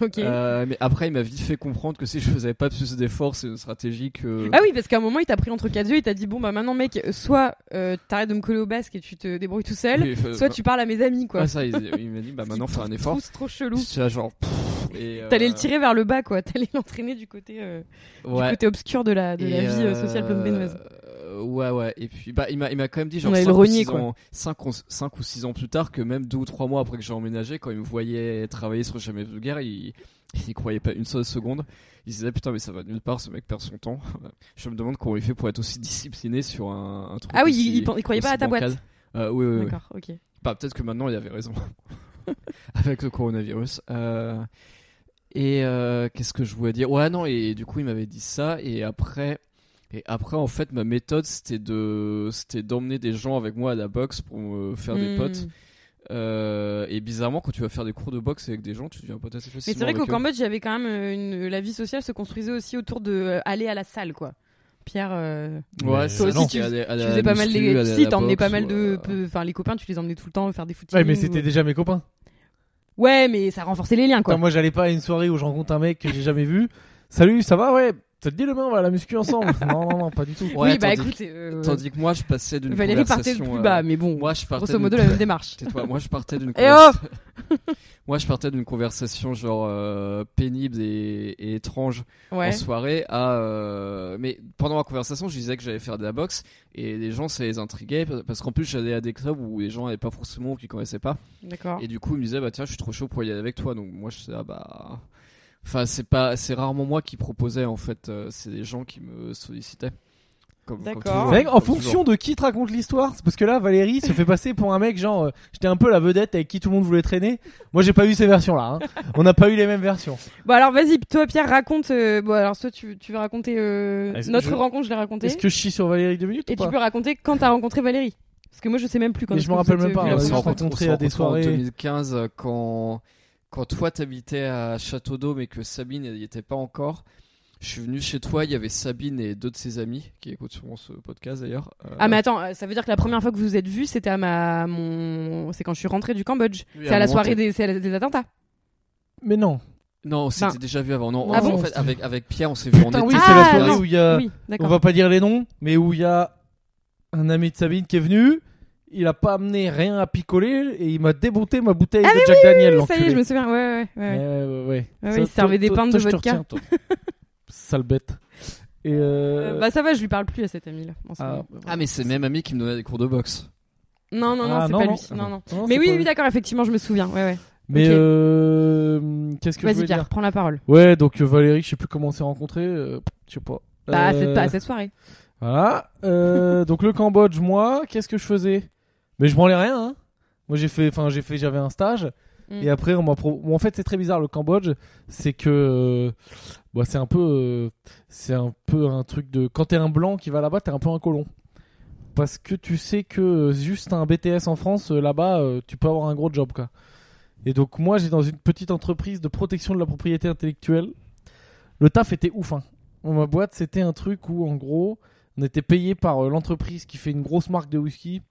Speaker 1: Ok.
Speaker 3: euh, mais après, il m'a vite fait comprendre que si je faisais pas plus d'efforts, c'est euh, une stratégie que.
Speaker 1: Ah oui, parce qu'à un moment il t'a pris entre quatre yeux, il t'a dit bon bah maintenant mec, soit euh, t'arrêtes de me coller au basque et tu te débrouilles tout seul,
Speaker 3: Oui, euh,
Speaker 1: soit
Speaker 3: bah-
Speaker 1: tu parles à mes amis quoi.
Speaker 3: Ouais, ça, il, il m'a dit, bah maintenant, fais un effort.
Speaker 1: Trop, trop chelou.
Speaker 3: C'est genre. pff, et, euh,
Speaker 1: T'allais le tirer vers le bas quoi, t'allais l'entraîner du côté euh, du
Speaker 3: Ouais.
Speaker 1: côté obscur de la de la
Speaker 3: Et,
Speaker 1: vie euh, sociale
Speaker 3: euh,
Speaker 1: plombénoise.
Speaker 3: euh, Ouais, ouais. Et puis, bah, il m'a, il m'a quand même dit, genre,
Speaker 1: On allait
Speaker 3: 5
Speaker 1: le
Speaker 3: ou,
Speaker 1: renier,
Speaker 3: 6
Speaker 1: quoi.
Speaker 3: ans, 5, ou, 5 ou 6 ans plus tard, que même 2 ou 3 mois après que j'ai emménagé, quand il me voyait travailler sur Jamais vu de guerre, il, il y croyait pas une seule seconde. Il se disait, putain, mais ça va nulle part, ce mec perd son temps. Je me demande comment il fait pour être aussi discipliné sur un, un truc.
Speaker 1: Ah oui,
Speaker 3: aussi-
Speaker 1: il, il pen- il croyait
Speaker 3: aussi
Speaker 1: pas à ta boîte.
Speaker 3: bancal. Euh, oui, oui, oui.
Speaker 1: D'accord, ok.
Speaker 3: Bah, peut-être que maintenant il avait raison avec le coronavirus. Euh, et euh, qu'est-ce que je voulais dire Ouais, non, et, du coup il m'avait dit ça, et après, et après en fait ma méthode c'était de, c'était d'emmener des gens avec moi à la boxe pour me faire des
Speaker 1: Hmm.
Speaker 3: potes. Euh, et bizarrement, quand tu vas faire des cours de boxe avec des gens, tu deviens pote assez
Speaker 1: Mais
Speaker 3: facilement.
Speaker 1: c'est vrai qu'au
Speaker 3: avec eux.
Speaker 1: Cambodge, il y avait quand même euh, une... la vie sociale se construisait aussi autour de euh, aller à la salle, quoi. Pierre, euh,
Speaker 3: Ouais,
Speaker 2: Mais
Speaker 3: c'est
Speaker 1: toi aussi,
Speaker 3: ça,
Speaker 1: tu-
Speaker 3: à la- à
Speaker 1: tu
Speaker 3: la
Speaker 1: faisais pas mal
Speaker 3: muscu, à
Speaker 1: les.
Speaker 3: la- à
Speaker 1: Si,
Speaker 3: la
Speaker 1: t'emmenais
Speaker 3: boxe
Speaker 1: pas mal
Speaker 3: ou euh,
Speaker 1: de.
Speaker 3: à-
Speaker 1: peu- euh, Enfin, les copains, tu les emmenais tout le temps faire des footings.
Speaker 2: Ouais, mais
Speaker 1: ou- euh,
Speaker 2: c'était déjà mes copains.
Speaker 1: Ouais, mais ça renforçait les liens,
Speaker 2: Attends,
Speaker 1: quoi.
Speaker 2: moi, j'allais pas à une soirée où je rencontre un mec que j'ai jamais vu. Salut, ça va Ouais, ça te dit demain, on va à la muscu ensemble. non, non, non, pas du tout.
Speaker 3: Ouais,
Speaker 1: oui, bah
Speaker 3: tandis-
Speaker 1: écoute, euh,
Speaker 3: Tandis que moi je passais d'une
Speaker 1: Valérie partait de
Speaker 3: conversation,
Speaker 1: plus
Speaker 3: euh,
Speaker 1: bas, mais bon,
Speaker 3: Moi je partais
Speaker 1: grosso
Speaker 3: d'une
Speaker 1: modo, la même démarche.
Speaker 3: Tais-toi, moi je partais d'une
Speaker 1: Eh
Speaker 3: conversa- Moi je partais d'une conversation genre euh, pénible et, et étrange en
Speaker 1: Ouais.
Speaker 3: soirée à euh, mais pendant la conversation je disais que j'allais faire de la boxe et les gens ça les intriguait pa- parce qu'en plus j'allais à des clubs où les gens n'avaient pas forcément ou qui connaissaient pas
Speaker 1: D'accord.
Speaker 3: et du coup ils me disaient bah tiens je suis trop chaud pour y aller avec toi donc moi je disais ah, bah enfin c'est pas c'est rarement moi qui proposais en fait euh, c'est des gens qui me sollicitaient Comme- comme
Speaker 1: D'accord.
Speaker 2: C'est
Speaker 3: toujours,
Speaker 2: vrai qu'en
Speaker 3: comme toujours.
Speaker 2: fonction de qui te raconte l'histoire, c'est parce que là, Valérie se fait passer pour un mec genre, euh, j'étais un peu la vedette avec qui tout le monde voulait traîner. Moi, j'ai pas eu ces versions-là. hein. On n'a pas eu les mêmes versions.
Speaker 1: Bon, alors vas-y, toi, Pierre, raconte. euh, Bon, alors, toi, tu, tu veux raconter euh,
Speaker 2: Est-ce que
Speaker 1: notre
Speaker 2: je-
Speaker 1: rencontre, je l'ai racontée.
Speaker 2: Est-ce que je chie sur Valérie deux minutes
Speaker 1: Et
Speaker 2: ou pas
Speaker 1: tu peux raconter quand t'as rencontré Valérie. Parce que moi, je sais même plus quand
Speaker 2: Mais
Speaker 1: est-ce
Speaker 2: je me
Speaker 1: que
Speaker 2: rappelle
Speaker 1: vous êtes
Speaker 2: même pas,
Speaker 1: vus
Speaker 2: on
Speaker 1: la
Speaker 3: on s'est
Speaker 2: s'en
Speaker 1: première fois.
Speaker 2: rencontre- rencontrés
Speaker 3: rencontrés
Speaker 2: à des soirées.
Speaker 3: en 2015 euh, quand quand toi t'habitais à Château d'Eau mais que Sabine elle y était pas encore. Je suis venu chez toi, il y avait Sabine et deux de ses amis qui écoutent sûrement ce podcast d'ailleurs. Euh,
Speaker 1: Ah mais attends, euh, ça veut dire que la première fois que vous vous êtes vus, c'était à ma mon c'est quand je suis rentrée du Cambodge.
Speaker 3: Oui,
Speaker 1: c'est à,
Speaker 3: à un
Speaker 1: la
Speaker 3: moment,
Speaker 1: soirée
Speaker 3: t'as-
Speaker 1: des, c'est à la- des attentats.
Speaker 2: Mais non.
Speaker 3: Non, on s'était
Speaker 1: Ben.
Speaker 3: déjà vu avant. Non,
Speaker 1: Ah
Speaker 3: en
Speaker 1: bon
Speaker 3: fait avec avec Pierre, on s'est vu en
Speaker 2: Putain,
Speaker 3: été.
Speaker 2: oui,
Speaker 1: Ah,
Speaker 2: c'est la
Speaker 1: non.
Speaker 2: soirée où il y a.
Speaker 1: Oui,
Speaker 2: Euh, On
Speaker 1: d'accord.
Speaker 2: va pas dire les noms, mais où il y a un ami de Sabine qui est venu. Il a pas amené rien à picoler et il m'a débonté ma bouteille
Speaker 1: Ah
Speaker 2: de Jack Daniel.
Speaker 1: Oui, ça y est,
Speaker 2: l'enculé.
Speaker 1: je me souviens. Ouais, ouais, ouais. ouais.
Speaker 2: Ouais, ouais, ouais.
Speaker 1: Ouais,
Speaker 2: Ça,
Speaker 1: il
Speaker 2: toi-
Speaker 1: servait des
Speaker 2: toi-
Speaker 1: pintes
Speaker 2: toi,
Speaker 1: de
Speaker 2: je te
Speaker 1: vodka.
Speaker 2: retiens, toi. Sale bête. Et euh,
Speaker 1: Euh, bah ça va, je lui parle plus à cet ami là. en ce
Speaker 2: ah,
Speaker 1: moment.
Speaker 3: Ah mais c'est le même ami qui me donnait des cours de boxe.
Speaker 1: Non non non,
Speaker 2: Ah,
Speaker 1: c'est
Speaker 2: non,
Speaker 1: pas
Speaker 2: non.
Speaker 1: lui. Non non.
Speaker 2: non,
Speaker 1: Mais
Speaker 2: c'est
Speaker 1: oui
Speaker 2: pas-
Speaker 1: oui d'accord, effectivement, je me souviens. Ouais ouais.
Speaker 2: Mais
Speaker 1: ok.
Speaker 2: euh, qu'est-ce que je
Speaker 1: Vas-y
Speaker 2: voulais
Speaker 1: Pierre,
Speaker 2: dire
Speaker 1: prends la parole.
Speaker 2: Ouais, donc euh, Valérie, je sais plus comment on s'est rencontrés. euh, je sais pas.
Speaker 1: Bah à
Speaker 2: Euh,
Speaker 1: cette, à cette soirée.
Speaker 2: Voilà. Euh, donc le Cambodge, moi, qu'est-ce que je faisais Mais je branlais rien. hein. Moi, j'ai fait, enfin, j'ai fait, j'avais un stage.
Speaker 1: Mm.
Speaker 2: Et après, on m'a. pro- bon, en fait, c'est très bizarre le Cambodge. C'est que, euh, bah, c'est un peu, euh, c'est un peu un truc de. Quand t'es un blanc qui va là-bas, t'es un peu un colon. Parce que tu sais que euh, juste un BTS en France, euh, là-bas, euh, tu peux avoir un gros job, quoi. Et donc moi, j'ai dans une petite entreprise de protection de la propriété intellectuelle. Le taf était ouf. Hein. Dans Ma boîte, c'était un truc où, en gros, on était payé par euh, l'entreprise qui fait une grosse marque de whisky.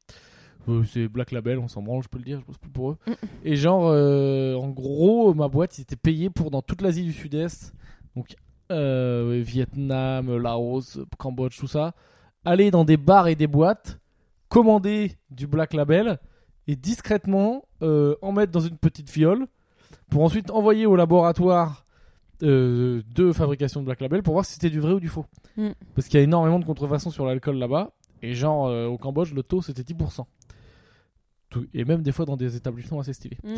Speaker 2: Euh, c'est Black Label, on s'en branle, je peux le dire, je bosse plus pour eux.
Speaker 1: Mm.
Speaker 2: Et genre, euh, en gros, ma boîte, ils étaient payés pour dans toute l'Asie du Sud-Est, donc euh, Vietnam, Laos, Cambodge, tout ça, aller dans des bars et des boîtes, commander du Black Label et discrètement euh, en mettre dans une petite fiole pour ensuite envoyer au laboratoire euh, de fabrication de Black Label pour voir si c'était du vrai ou du faux.
Speaker 1: Mm.
Speaker 2: Parce qu'il y a énormément de contrefaçons sur l'alcool là-bas. Et genre, euh, au Cambodge, le taux, c'était 10%. Tout- et même des fois dans des établissements assez stylés.
Speaker 1: Mm.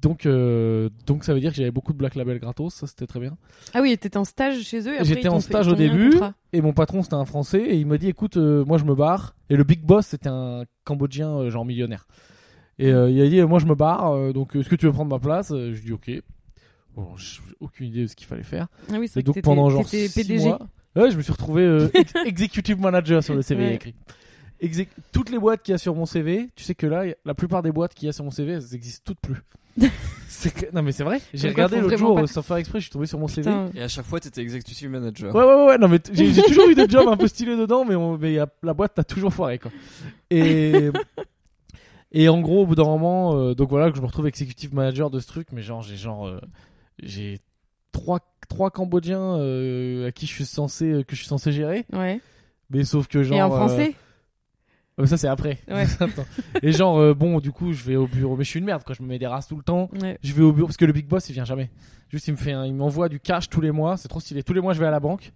Speaker 2: Donc, euh, donc ça veut dire que j'avais beaucoup de Black Label gratos, ça c'était très bien.
Speaker 1: Ah oui, t'étais en stage chez eux. et après,
Speaker 2: J'étais
Speaker 1: ils t'ont
Speaker 2: en
Speaker 1: fait- ils
Speaker 2: stage
Speaker 1: t'ont
Speaker 2: au
Speaker 1: mis un
Speaker 2: début.
Speaker 1: contrat.
Speaker 2: Et mon patron, c'était un Français, et il m'a dit, écoute, euh, moi je me barre. Et le big boss, c'était un Cambodgien, euh, genre millionnaire. Et euh, il a dit, moi je me barre, euh, donc est-ce que tu veux prendre ma place Euh, Je lui dis ok. Bon, j'ai aucune idée de ce qu'il fallait faire.
Speaker 1: Ah oui, c'est vrai
Speaker 2: Et
Speaker 1: que
Speaker 2: donc
Speaker 1: t'étais-
Speaker 2: pendant genre
Speaker 1: t'étais
Speaker 2: six
Speaker 1: PDG.
Speaker 2: mois- ouais, je me suis retrouvé euh, ex- executive manager sur le CV il y a
Speaker 1: Ouais.
Speaker 2: écrit. Exec- toutes les boîtes qu'il y a sur mon CV, tu sais que là, y a- la plupart des boîtes qu'il y a sur mon CV, elles existent toutes plus. C'est que- Non mais c'est vrai. J'ai
Speaker 1: Comme quoi,
Speaker 2: regardé
Speaker 1: faut
Speaker 2: l'autre
Speaker 1: vraiment
Speaker 2: jour
Speaker 1: pas-
Speaker 2: euh, sans faire exprès, je suis tombé sur mon CV.
Speaker 1: Putain.
Speaker 3: Et à chaque fois, t'étais executive manager.
Speaker 2: Ouais, ouais, ouais, ouais, non, mais t- j'ai j'ai toujours eu des jobs un peu stylés dedans, mais, on- mais y a- la boîte t'as toujours foiré, quoi. Et, et en gros, au bout d'un moment, euh, donc voilà, que je me retrouve exécutif manager de ce truc, mais genre, j'ai genre, euh, j'ai trois, trois Cambodgiens euh, à qui je suis censé, que je suis censé gérer,
Speaker 1: Ouais.
Speaker 2: mais sauf que genre.
Speaker 1: Et en
Speaker 2: euh,
Speaker 1: français
Speaker 2: euh, ça, c'est après.
Speaker 1: Ouais.
Speaker 2: Attends. et genre, euh, bon, du coup, je vais au bureau, mais je suis une merde, quoi, je me mets des races tout le temps.
Speaker 1: Ouais.
Speaker 2: Je vais au bureau parce que le big boss il vient jamais. Juste il me fait, un- il m'envoie du cash tous les mois. C'est trop stylé. Tous les mois je vais à la banque,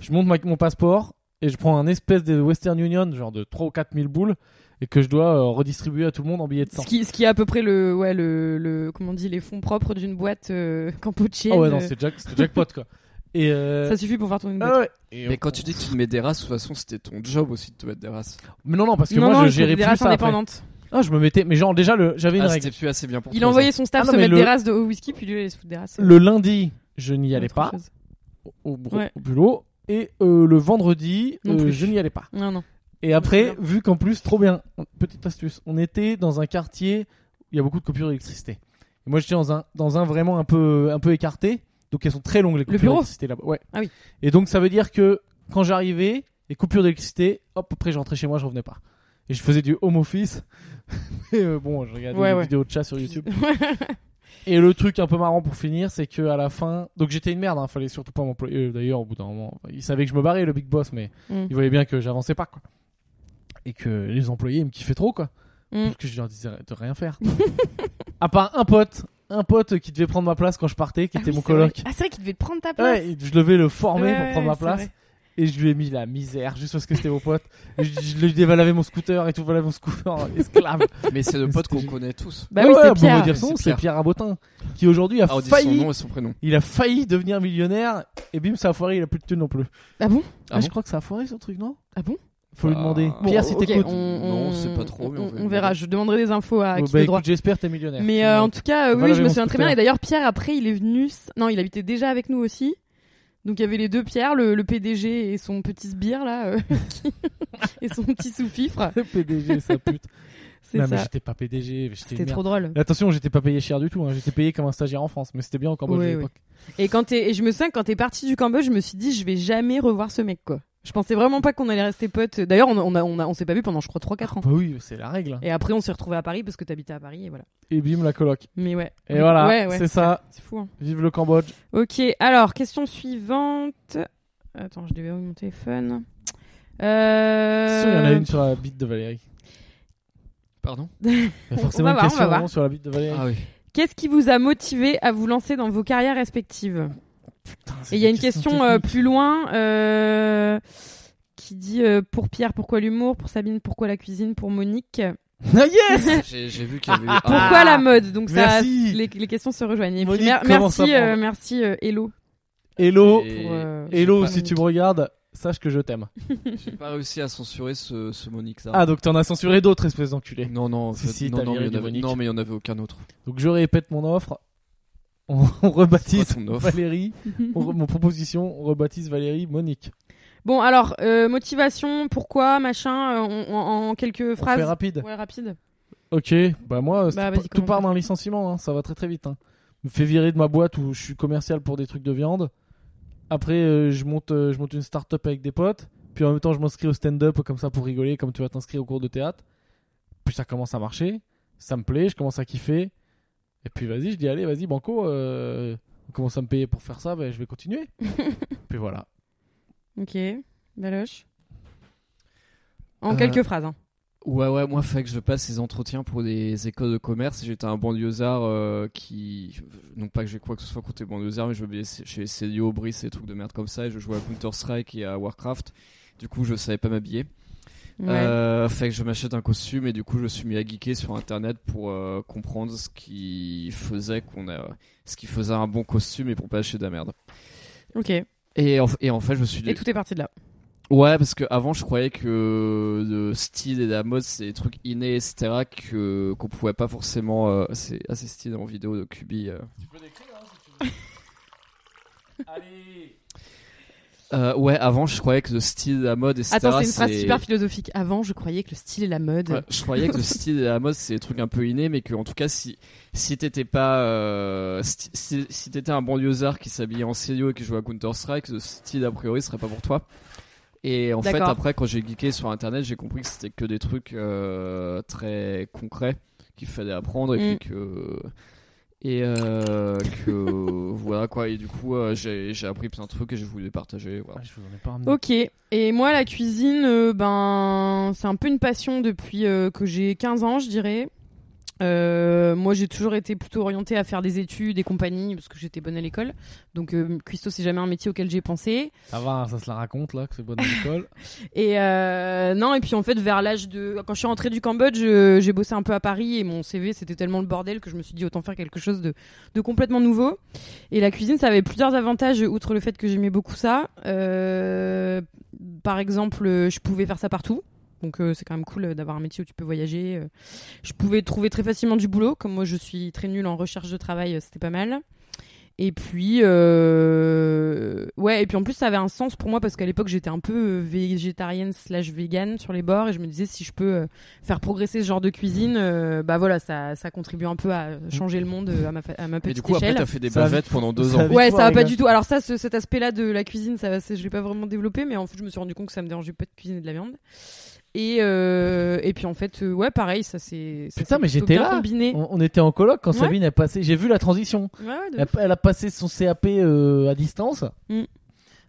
Speaker 2: je monte ma- mon passeport et je prends un espèce de Western Union genre de 3 ou 4 000 boules et que je dois euh, redistribuer à tout le monde en billets de 100.
Speaker 1: Ce qui, ce qui est à peu près le, ouais, le, le comment on dit, les fonds propres d'une boîte euh, cambodgienne.
Speaker 2: Ah ouais non
Speaker 1: Euh,
Speaker 2: c'est jack, c'est jackpot quoi. Et euh,
Speaker 1: ça suffit pour faire tourner une boîte.
Speaker 2: ah ouais. Et
Speaker 3: Mais
Speaker 2: on-
Speaker 3: quand tu dis que tu te mets des races, de toute façon, c'était ton job aussi de te mettre des races.
Speaker 2: mais non non parce que
Speaker 1: non,
Speaker 2: moi
Speaker 1: non,
Speaker 2: je
Speaker 1: il faut
Speaker 2: gérais
Speaker 1: des
Speaker 2: plus
Speaker 1: races
Speaker 2: ça. après.
Speaker 1: indépendantes.
Speaker 2: Ah je me mettais mais genre déjà le j'avais une
Speaker 3: Ah,
Speaker 2: règle.
Speaker 3: c'était plus assez bien pour
Speaker 1: Il
Speaker 3: toi,
Speaker 1: envoyait son staff
Speaker 2: Ah non,
Speaker 1: se
Speaker 2: mais
Speaker 1: mettre
Speaker 2: le-
Speaker 1: des races de haut whisky, puis lui allait se foutre des races.
Speaker 2: Le lundi je n'y allais
Speaker 1: Autre
Speaker 2: pas
Speaker 1: chose.
Speaker 2: au, au bou-
Speaker 1: Ouais.
Speaker 2: au boulot et euh, le vendredi
Speaker 1: Non
Speaker 2: euh,
Speaker 1: plus.
Speaker 2: je n'y allais pas.
Speaker 1: Non, non.
Speaker 2: Et après,
Speaker 1: Trop
Speaker 2: vu qu'en plus, trop bien, petite astuce, on était dans un quartier où il y a beaucoup de coupures d'électricité. Et moi, j'étais dans un, dans un vraiment un peu, un peu écarté, donc elles sont très longues les coupures
Speaker 1: bureau
Speaker 2: d'électricité là-bas. Ouais.
Speaker 1: Ah oui.
Speaker 2: Et donc, ça veut dire que quand j'arrivais, les coupures d'électricité, hop, après, je rentrais chez moi, je revenais pas. Et je faisais du home office. Et euh, bon, je regardais
Speaker 1: Ouais,
Speaker 2: des
Speaker 1: ouais.
Speaker 2: vidéos de chats sur YouTube.
Speaker 1: Ah,
Speaker 2: Et le truc un peu marrant pour finir, c'est que à la fin, donc j'étais une merde, hein, fallait surtout pas m'employer. Euh, D'ailleurs, au bout d'un moment, il savait que je me barrais, le big boss, mais
Speaker 1: Mm.
Speaker 2: il voyait bien que j'avançais pas, quoi. Et que les employés ils me kiffaient trop, quoi.
Speaker 1: Mm.
Speaker 2: Parce que je leur disais de rien faire. à part un pote, un pote qui devait prendre ma place quand je partais, qui
Speaker 1: Ah
Speaker 2: était
Speaker 1: oui,
Speaker 2: mon
Speaker 1: c'est vrai.
Speaker 2: coloc.
Speaker 1: Ah, c'est vrai qu'il devait prendre ta place.
Speaker 2: Ouais, je devais le former
Speaker 1: Ouais,
Speaker 2: pour
Speaker 1: ouais,
Speaker 2: prendre ma
Speaker 1: c'est
Speaker 2: place.
Speaker 1: vrai.
Speaker 2: Et je lui ai mis la misère, juste parce que c'était mon pote. Et je, je lui devais laver mon scooter et tout, voilà mon scooter, esclave.
Speaker 3: ça. Mais c'est le pote qu'on
Speaker 2: C'était-
Speaker 3: connaît tous.
Speaker 1: Bah
Speaker 2: Ouais,
Speaker 1: oui,
Speaker 2: ouais,
Speaker 1: c'est
Speaker 2: bon, on va
Speaker 1: Pierre.
Speaker 2: dire
Speaker 3: C'est
Speaker 2: son nom, c'est
Speaker 3: Pierre.
Speaker 2: Pierre Rabotin, qui aujourd'hui a
Speaker 3: Ah, on dit son
Speaker 2: failli
Speaker 3: nom et son prénom.
Speaker 2: il a failli devenir millionnaire et bim, ça a foiré, il a plus de thunes non plus.
Speaker 1: Ah bon
Speaker 3: Ah
Speaker 2: Ah, je
Speaker 3: bon
Speaker 2: crois que ça a foiré son truc, non
Speaker 1: Ah bon
Speaker 2: Faut lui
Speaker 3: Ah.
Speaker 2: demander.
Speaker 3: Bon,
Speaker 2: Pierre, si
Speaker 1: Ok,
Speaker 2: t'écoutes.
Speaker 1: on,
Speaker 3: Non,
Speaker 1: on-
Speaker 3: c'est pas trop, mais on
Speaker 1: on,
Speaker 3: va-
Speaker 1: on verra. Je demanderai des infos à
Speaker 2: Bon,
Speaker 1: qui
Speaker 2: bah,
Speaker 1: de
Speaker 2: écoute,
Speaker 1: droit.
Speaker 2: j'espère que t'es millionnaire.
Speaker 1: Mais euh, en tout cas, euh, oui,
Speaker 2: Va laver
Speaker 1: je me
Speaker 2: mon
Speaker 1: souviens très bien.
Speaker 2: scooter.
Speaker 1: Et d'ailleurs, Pierre, après, il est venu. s- Non, il habitait déjà avec nous aussi. Donc il y avait les deux Pierre, le, le PDG et son petit sbire là, euh, qui- et son petit sous-fifre.
Speaker 2: Le PDG, sa pute.
Speaker 1: C'est
Speaker 2: non, mais
Speaker 1: ça.
Speaker 2: j'étais pas PDG, j'étais une
Speaker 1: C'était
Speaker 2: merde.
Speaker 1: trop drôle.
Speaker 2: Mais Attention, j'étais pas payé cher du tout, hein. j'étais payé comme un stagiaire en France, mais c'était bien au Cambodge
Speaker 1: Ouais,
Speaker 2: à
Speaker 1: ouais.
Speaker 2: l'époque.
Speaker 1: Et quand t'es, et je me souviens quand t'es parti du Cambodge, je me suis dit je vais jamais revoir ce mec quoi. Je pensais vraiment pas qu'on allait rester potes. D'ailleurs, on, on a, on a, on s'est pas vu pendant je crois 3-4 ans.
Speaker 2: Bah oui, c'est la règle. hein.
Speaker 1: Et après, on s'est retrouvés à Paris parce que t'habitais à Paris et voilà.
Speaker 2: Et bim, la coloc.
Speaker 1: Mais ouais.
Speaker 2: Et
Speaker 1: Oui,
Speaker 2: voilà,
Speaker 1: ouais, ouais,
Speaker 2: c'est ça.
Speaker 1: C'est fou. hein.
Speaker 2: Vive le Cambodge.
Speaker 1: Ok. Alors question suivante. Attends, je déverrouille mon téléphone. Euh...
Speaker 2: C'est sûr, Il y en a une sur la bite de Valérie.
Speaker 3: Pardon
Speaker 2: Il y a
Speaker 1: On-
Speaker 2: forcément
Speaker 1: on va voir,
Speaker 2: une
Speaker 1: on
Speaker 2: question
Speaker 1: va voir.
Speaker 2: non, sur la bite de Valérie.
Speaker 3: Ah oui.
Speaker 1: Qu'est-ce qui vous a motivé à vous lancer dans vos carrières respectives
Speaker 2: Putain, c'est
Speaker 1: Et il y a
Speaker 2: des
Speaker 1: une question
Speaker 2: questions
Speaker 1: euh,
Speaker 2: techniques.
Speaker 1: plus loin euh, qui dit euh, pour Pierre pourquoi l'humour, pour Sabine pourquoi la cuisine, pour Monique
Speaker 2: Ah yes
Speaker 3: J'ai j'ai vu qu'il y avait. un-
Speaker 1: Ah, pourquoi la mode. euh, Donc ça,
Speaker 2: Ah, Merci.
Speaker 1: les, les questions se rejoignent. Et puis,
Speaker 2: Monique,
Speaker 1: mer-
Speaker 2: comment ça
Speaker 1: merci, euh,
Speaker 2: prend
Speaker 1: merci euh, Hello.
Speaker 2: Hello,
Speaker 3: Et-
Speaker 1: Pour, euh,
Speaker 3: j'ai
Speaker 2: Hello,
Speaker 3: pas-
Speaker 2: si tu me regardes, sache que je t'aime.
Speaker 3: J'ai pas réussi à censurer ce, ce Monique là.
Speaker 2: Ah, donc t'en as censuré d'autres, espèce d'enculé.
Speaker 3: non, non, en
Speaker 2: Si,
Speaker 3: fait,
Speaker 2: si,
Speaker 3: non,
Speaker 2: t'as
Speaker 3: non, mais
Speaker 2: viré
Speaker 3: il y en
Speaker 2: du
Speaker 3: avait-
Speaker 2: Monique.
Speaker 3: non, mais il y en avait aucun autre.
Speaker 2: Donc je répète mon offre. On, on rebaptise
Speaker 3: C'est quoi ton offre
Speaker 2: Valérie. on re- mon proposition, on rebaptise Valérie Monique.
Speaker 1: Bon alors euh, motivation, pourquoi, machin, euh, on- on- en quelques
Speaker 2: On fait
Speaker 1: phrases.
Speaker 2: rapide.
Speaker 1: Ouais rapide.
Speaker 2: Ok, bah moi, c'est
Speaker 1: Bah,
Speaker 2: pas-
Speaker 1: vas-y,
Speaker 2: tout
Speaker 1: commence.
Speaker 2: part d'un licenciement, hein, ça va très très vite. hein. Je me fais virer de ma boîte où je suis commercial pour des trucs de viande. Après, euh, je, monte, euh, je monte une start-up avec des potes. Puis en même temps, je m'inscris au stand-up comme ça pour rigoler, comme tu vas t'inscrire au cours de théâtre. Puis ça commence à marcher, ça me plaît, je commence à kiffer. Et puis vas-y, je dis allez, vas-y, Banco, euh, on commence à me payer pour faire ça, bah, je vais continuer. puis voilà.
Speaker 1: Ok. Baloche. En
Speaker 3: Euh,
Speaker 1: quelques phrases. hein.
Speaker 3: Ouais, ouais, moi, fait que je passe ces entretiens pour des écoles de commerce et j'étais un banlieusard euh, qui. Non pas que j'ai quoi que ce soit contre les banlieusards, mais je jouais chez Célio, Brice et trucs de merde comme ça et je jouais à Counter-Strike et à Warcraft. Du coup, je savais pas m'habiller.
Speaker 1: Ouais.
Speaker 3: Euh, fait que je m'achète un costume et du coup, je suis mis à geeker sur internet pour euh, comprendre ce qui faisait qu'on a. ce qui faisait un bon costume et pour pas acheter de la merde.
Speaker 1: Ok. Et
Speaker 3: Et en, et en fait, je me suis dit.
Speaker 1: tout est parti de là.
Speaker 3: Ouais, parce que avant je croyais que euh, le style et la mode c'est des trucs innés, etc. que qu'on pouvait pas forcément euh, assez, assez style en vidéo de Kubi. euh.
Speaker 2: Tu peux l'écrire, hein, si tu veux. Allez
Speaker 3: Euh, ouais, avant je croyais que le style, la mode, etc.
Speaker 1: Attends, c'est une phrase super philosophique. Avant, je croyais que le style et la mode.
Speaker 3: Ouais, je croyais que le style et la mode c'est des trucs un peu innés, mais que en tout cas si si t'étais pas euh, si, si- si t'étais un banlieusard qui s'habillait en CDO et qui jouait à Counter Strike, le style a priori serait pas pour toi. Et en fait
Speaker 1: D'accord.
Speaker 3: après quand j'ai geeké sur internet, j'ai compris que c'était que des trucs euh, très concrets qu'il fallait apprendre et
Speaker 1: Mm.
Speaker 3: puis que et euh, que voilà quoi et du coup euh, j'ai j'ai appris plein de trucs et je voulais partager voilà.
Speaker 2: Ah, Je vous en ai pas ramené.
Speaker 1: Ok. Et moi, la cuisine, euh, ben, c'est un peu une passion depuis euh, que j'ai 15 ans, je dirais. Euh, moi, j'ai toujours été plutôt orientée à faire des études et compagnie parce que j'étais bonne à l'école. Donc, euh, cuistot, c'est jamais un métier auquel j'ai pensé.
Speaker 2: Ça va, hein, ça se la raconte là, que c'est bonne école.
Speaker 1: Et euh, non, et puis en fait, vers l'âge de. Quand je suis rentrée du Cambodge, euh, j'ai bossé un peu à Paris et mon CV, c'était tellement le bordel que je me suis dit autant faire quelque chose de, de complètement nouveau. Et la cuisine, ça avait plusieurs avantages, outre le fait que j'aimais beaucoup ça. Euh, par exemple, euh, je pouvais faire ça partout. Donc euh, c'est quand même cool euh, d'avoir un métier où tu peux voyager. euh. Je pouvais trouver très facilement du boulot. Comme moi, je suis très nulle en recherche de travail, euh, c'était pas mal. Et puis, euh, ouais, et puis en plus, ça avait un sens pour moi parce qu'à l'époque, j'étais un peu euh, végétarienne slash vegan sur les bords et je me disais si je peux euh, faire progresser ce genre de cuisine, euh, bah voilà, ça, ça contribue un peu à changer le monde euh, à ma, fa- à ma
Speaker 3: Et
Speaker 1: petite
Speaker 3: du coup après
Speaker 1: échelle.
Speaker 3: t'as fait des
Speaker 2: Ça va
Speaker 3: bavettes pendant deux
Speaker 2: Ça
Speaker 3: ans.
Speaker 2: va
Speaker 1: Ouais,
Speaker 2: Victoire,
Speaker 1: ça va
Speaker 2: les
Speaker 1: pas
Speaker 2: gars.
Speaker 1: du tout. Alors ça, ce- cet aspect-là de la cuisine, ça, va- c'est- je l'ai pas vraiment développé, mais en fait, je me suis rendu compte que ça me dérangeait pas de cuisiner de la viande. Et euh, et puis en fait, euh, ouais, pareil, ça c'est. ça
Speaker 2: Putain,
Speaker 1: s'est
Speaker 2: mais
Speaker 1: plutôt
Speaker 2: j'étais
Speaker 1: bien
Speaker 2: là.
Speaker 1: Combiné.
Speaker 2: On, on était en coloc quand
Speaker 1: Ouais.
Speaker 2: Sabine a passé. J'ai vu la transition.
Speaker 1: Ouais, ouais, de
Speaker 2: Elle, a- elle a passé son CAP euh, à distance
Speaker 1: Mm.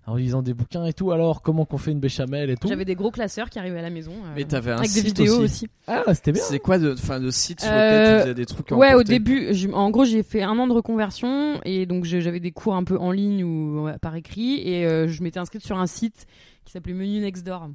Speaker 2: en lisant des bouquins et tout. Alors, comment qu'on fait une béchamel et tout
Speaker 1: J'avais des gros classeurs qui arrivaient à la maison. euh,
Speaker 3: Mais t'avais un
Speaker 1: avec des
Speaker 3: site
Speaker 1: vidéos
Speaker 3: aussi.
Speaker 1: aussi.
Speaker 2: Ah, c'était bien.
Speaker 3: C'est quoi de, enfin, le site sur lequel
Speaker 1: Euh,
Speaker 3: tu faisais des trucs à
Speaker 1: Ouais, au
Speaker 3: emporter
Speaker 1: début, j'ai- en gros, j'ai fait un an de reconversion et donc je- j'avais des cours un peu en ligne ou ouais, par écrit et euh, je m'étais inscrite sur un site qui s'appelait Menu Next Door,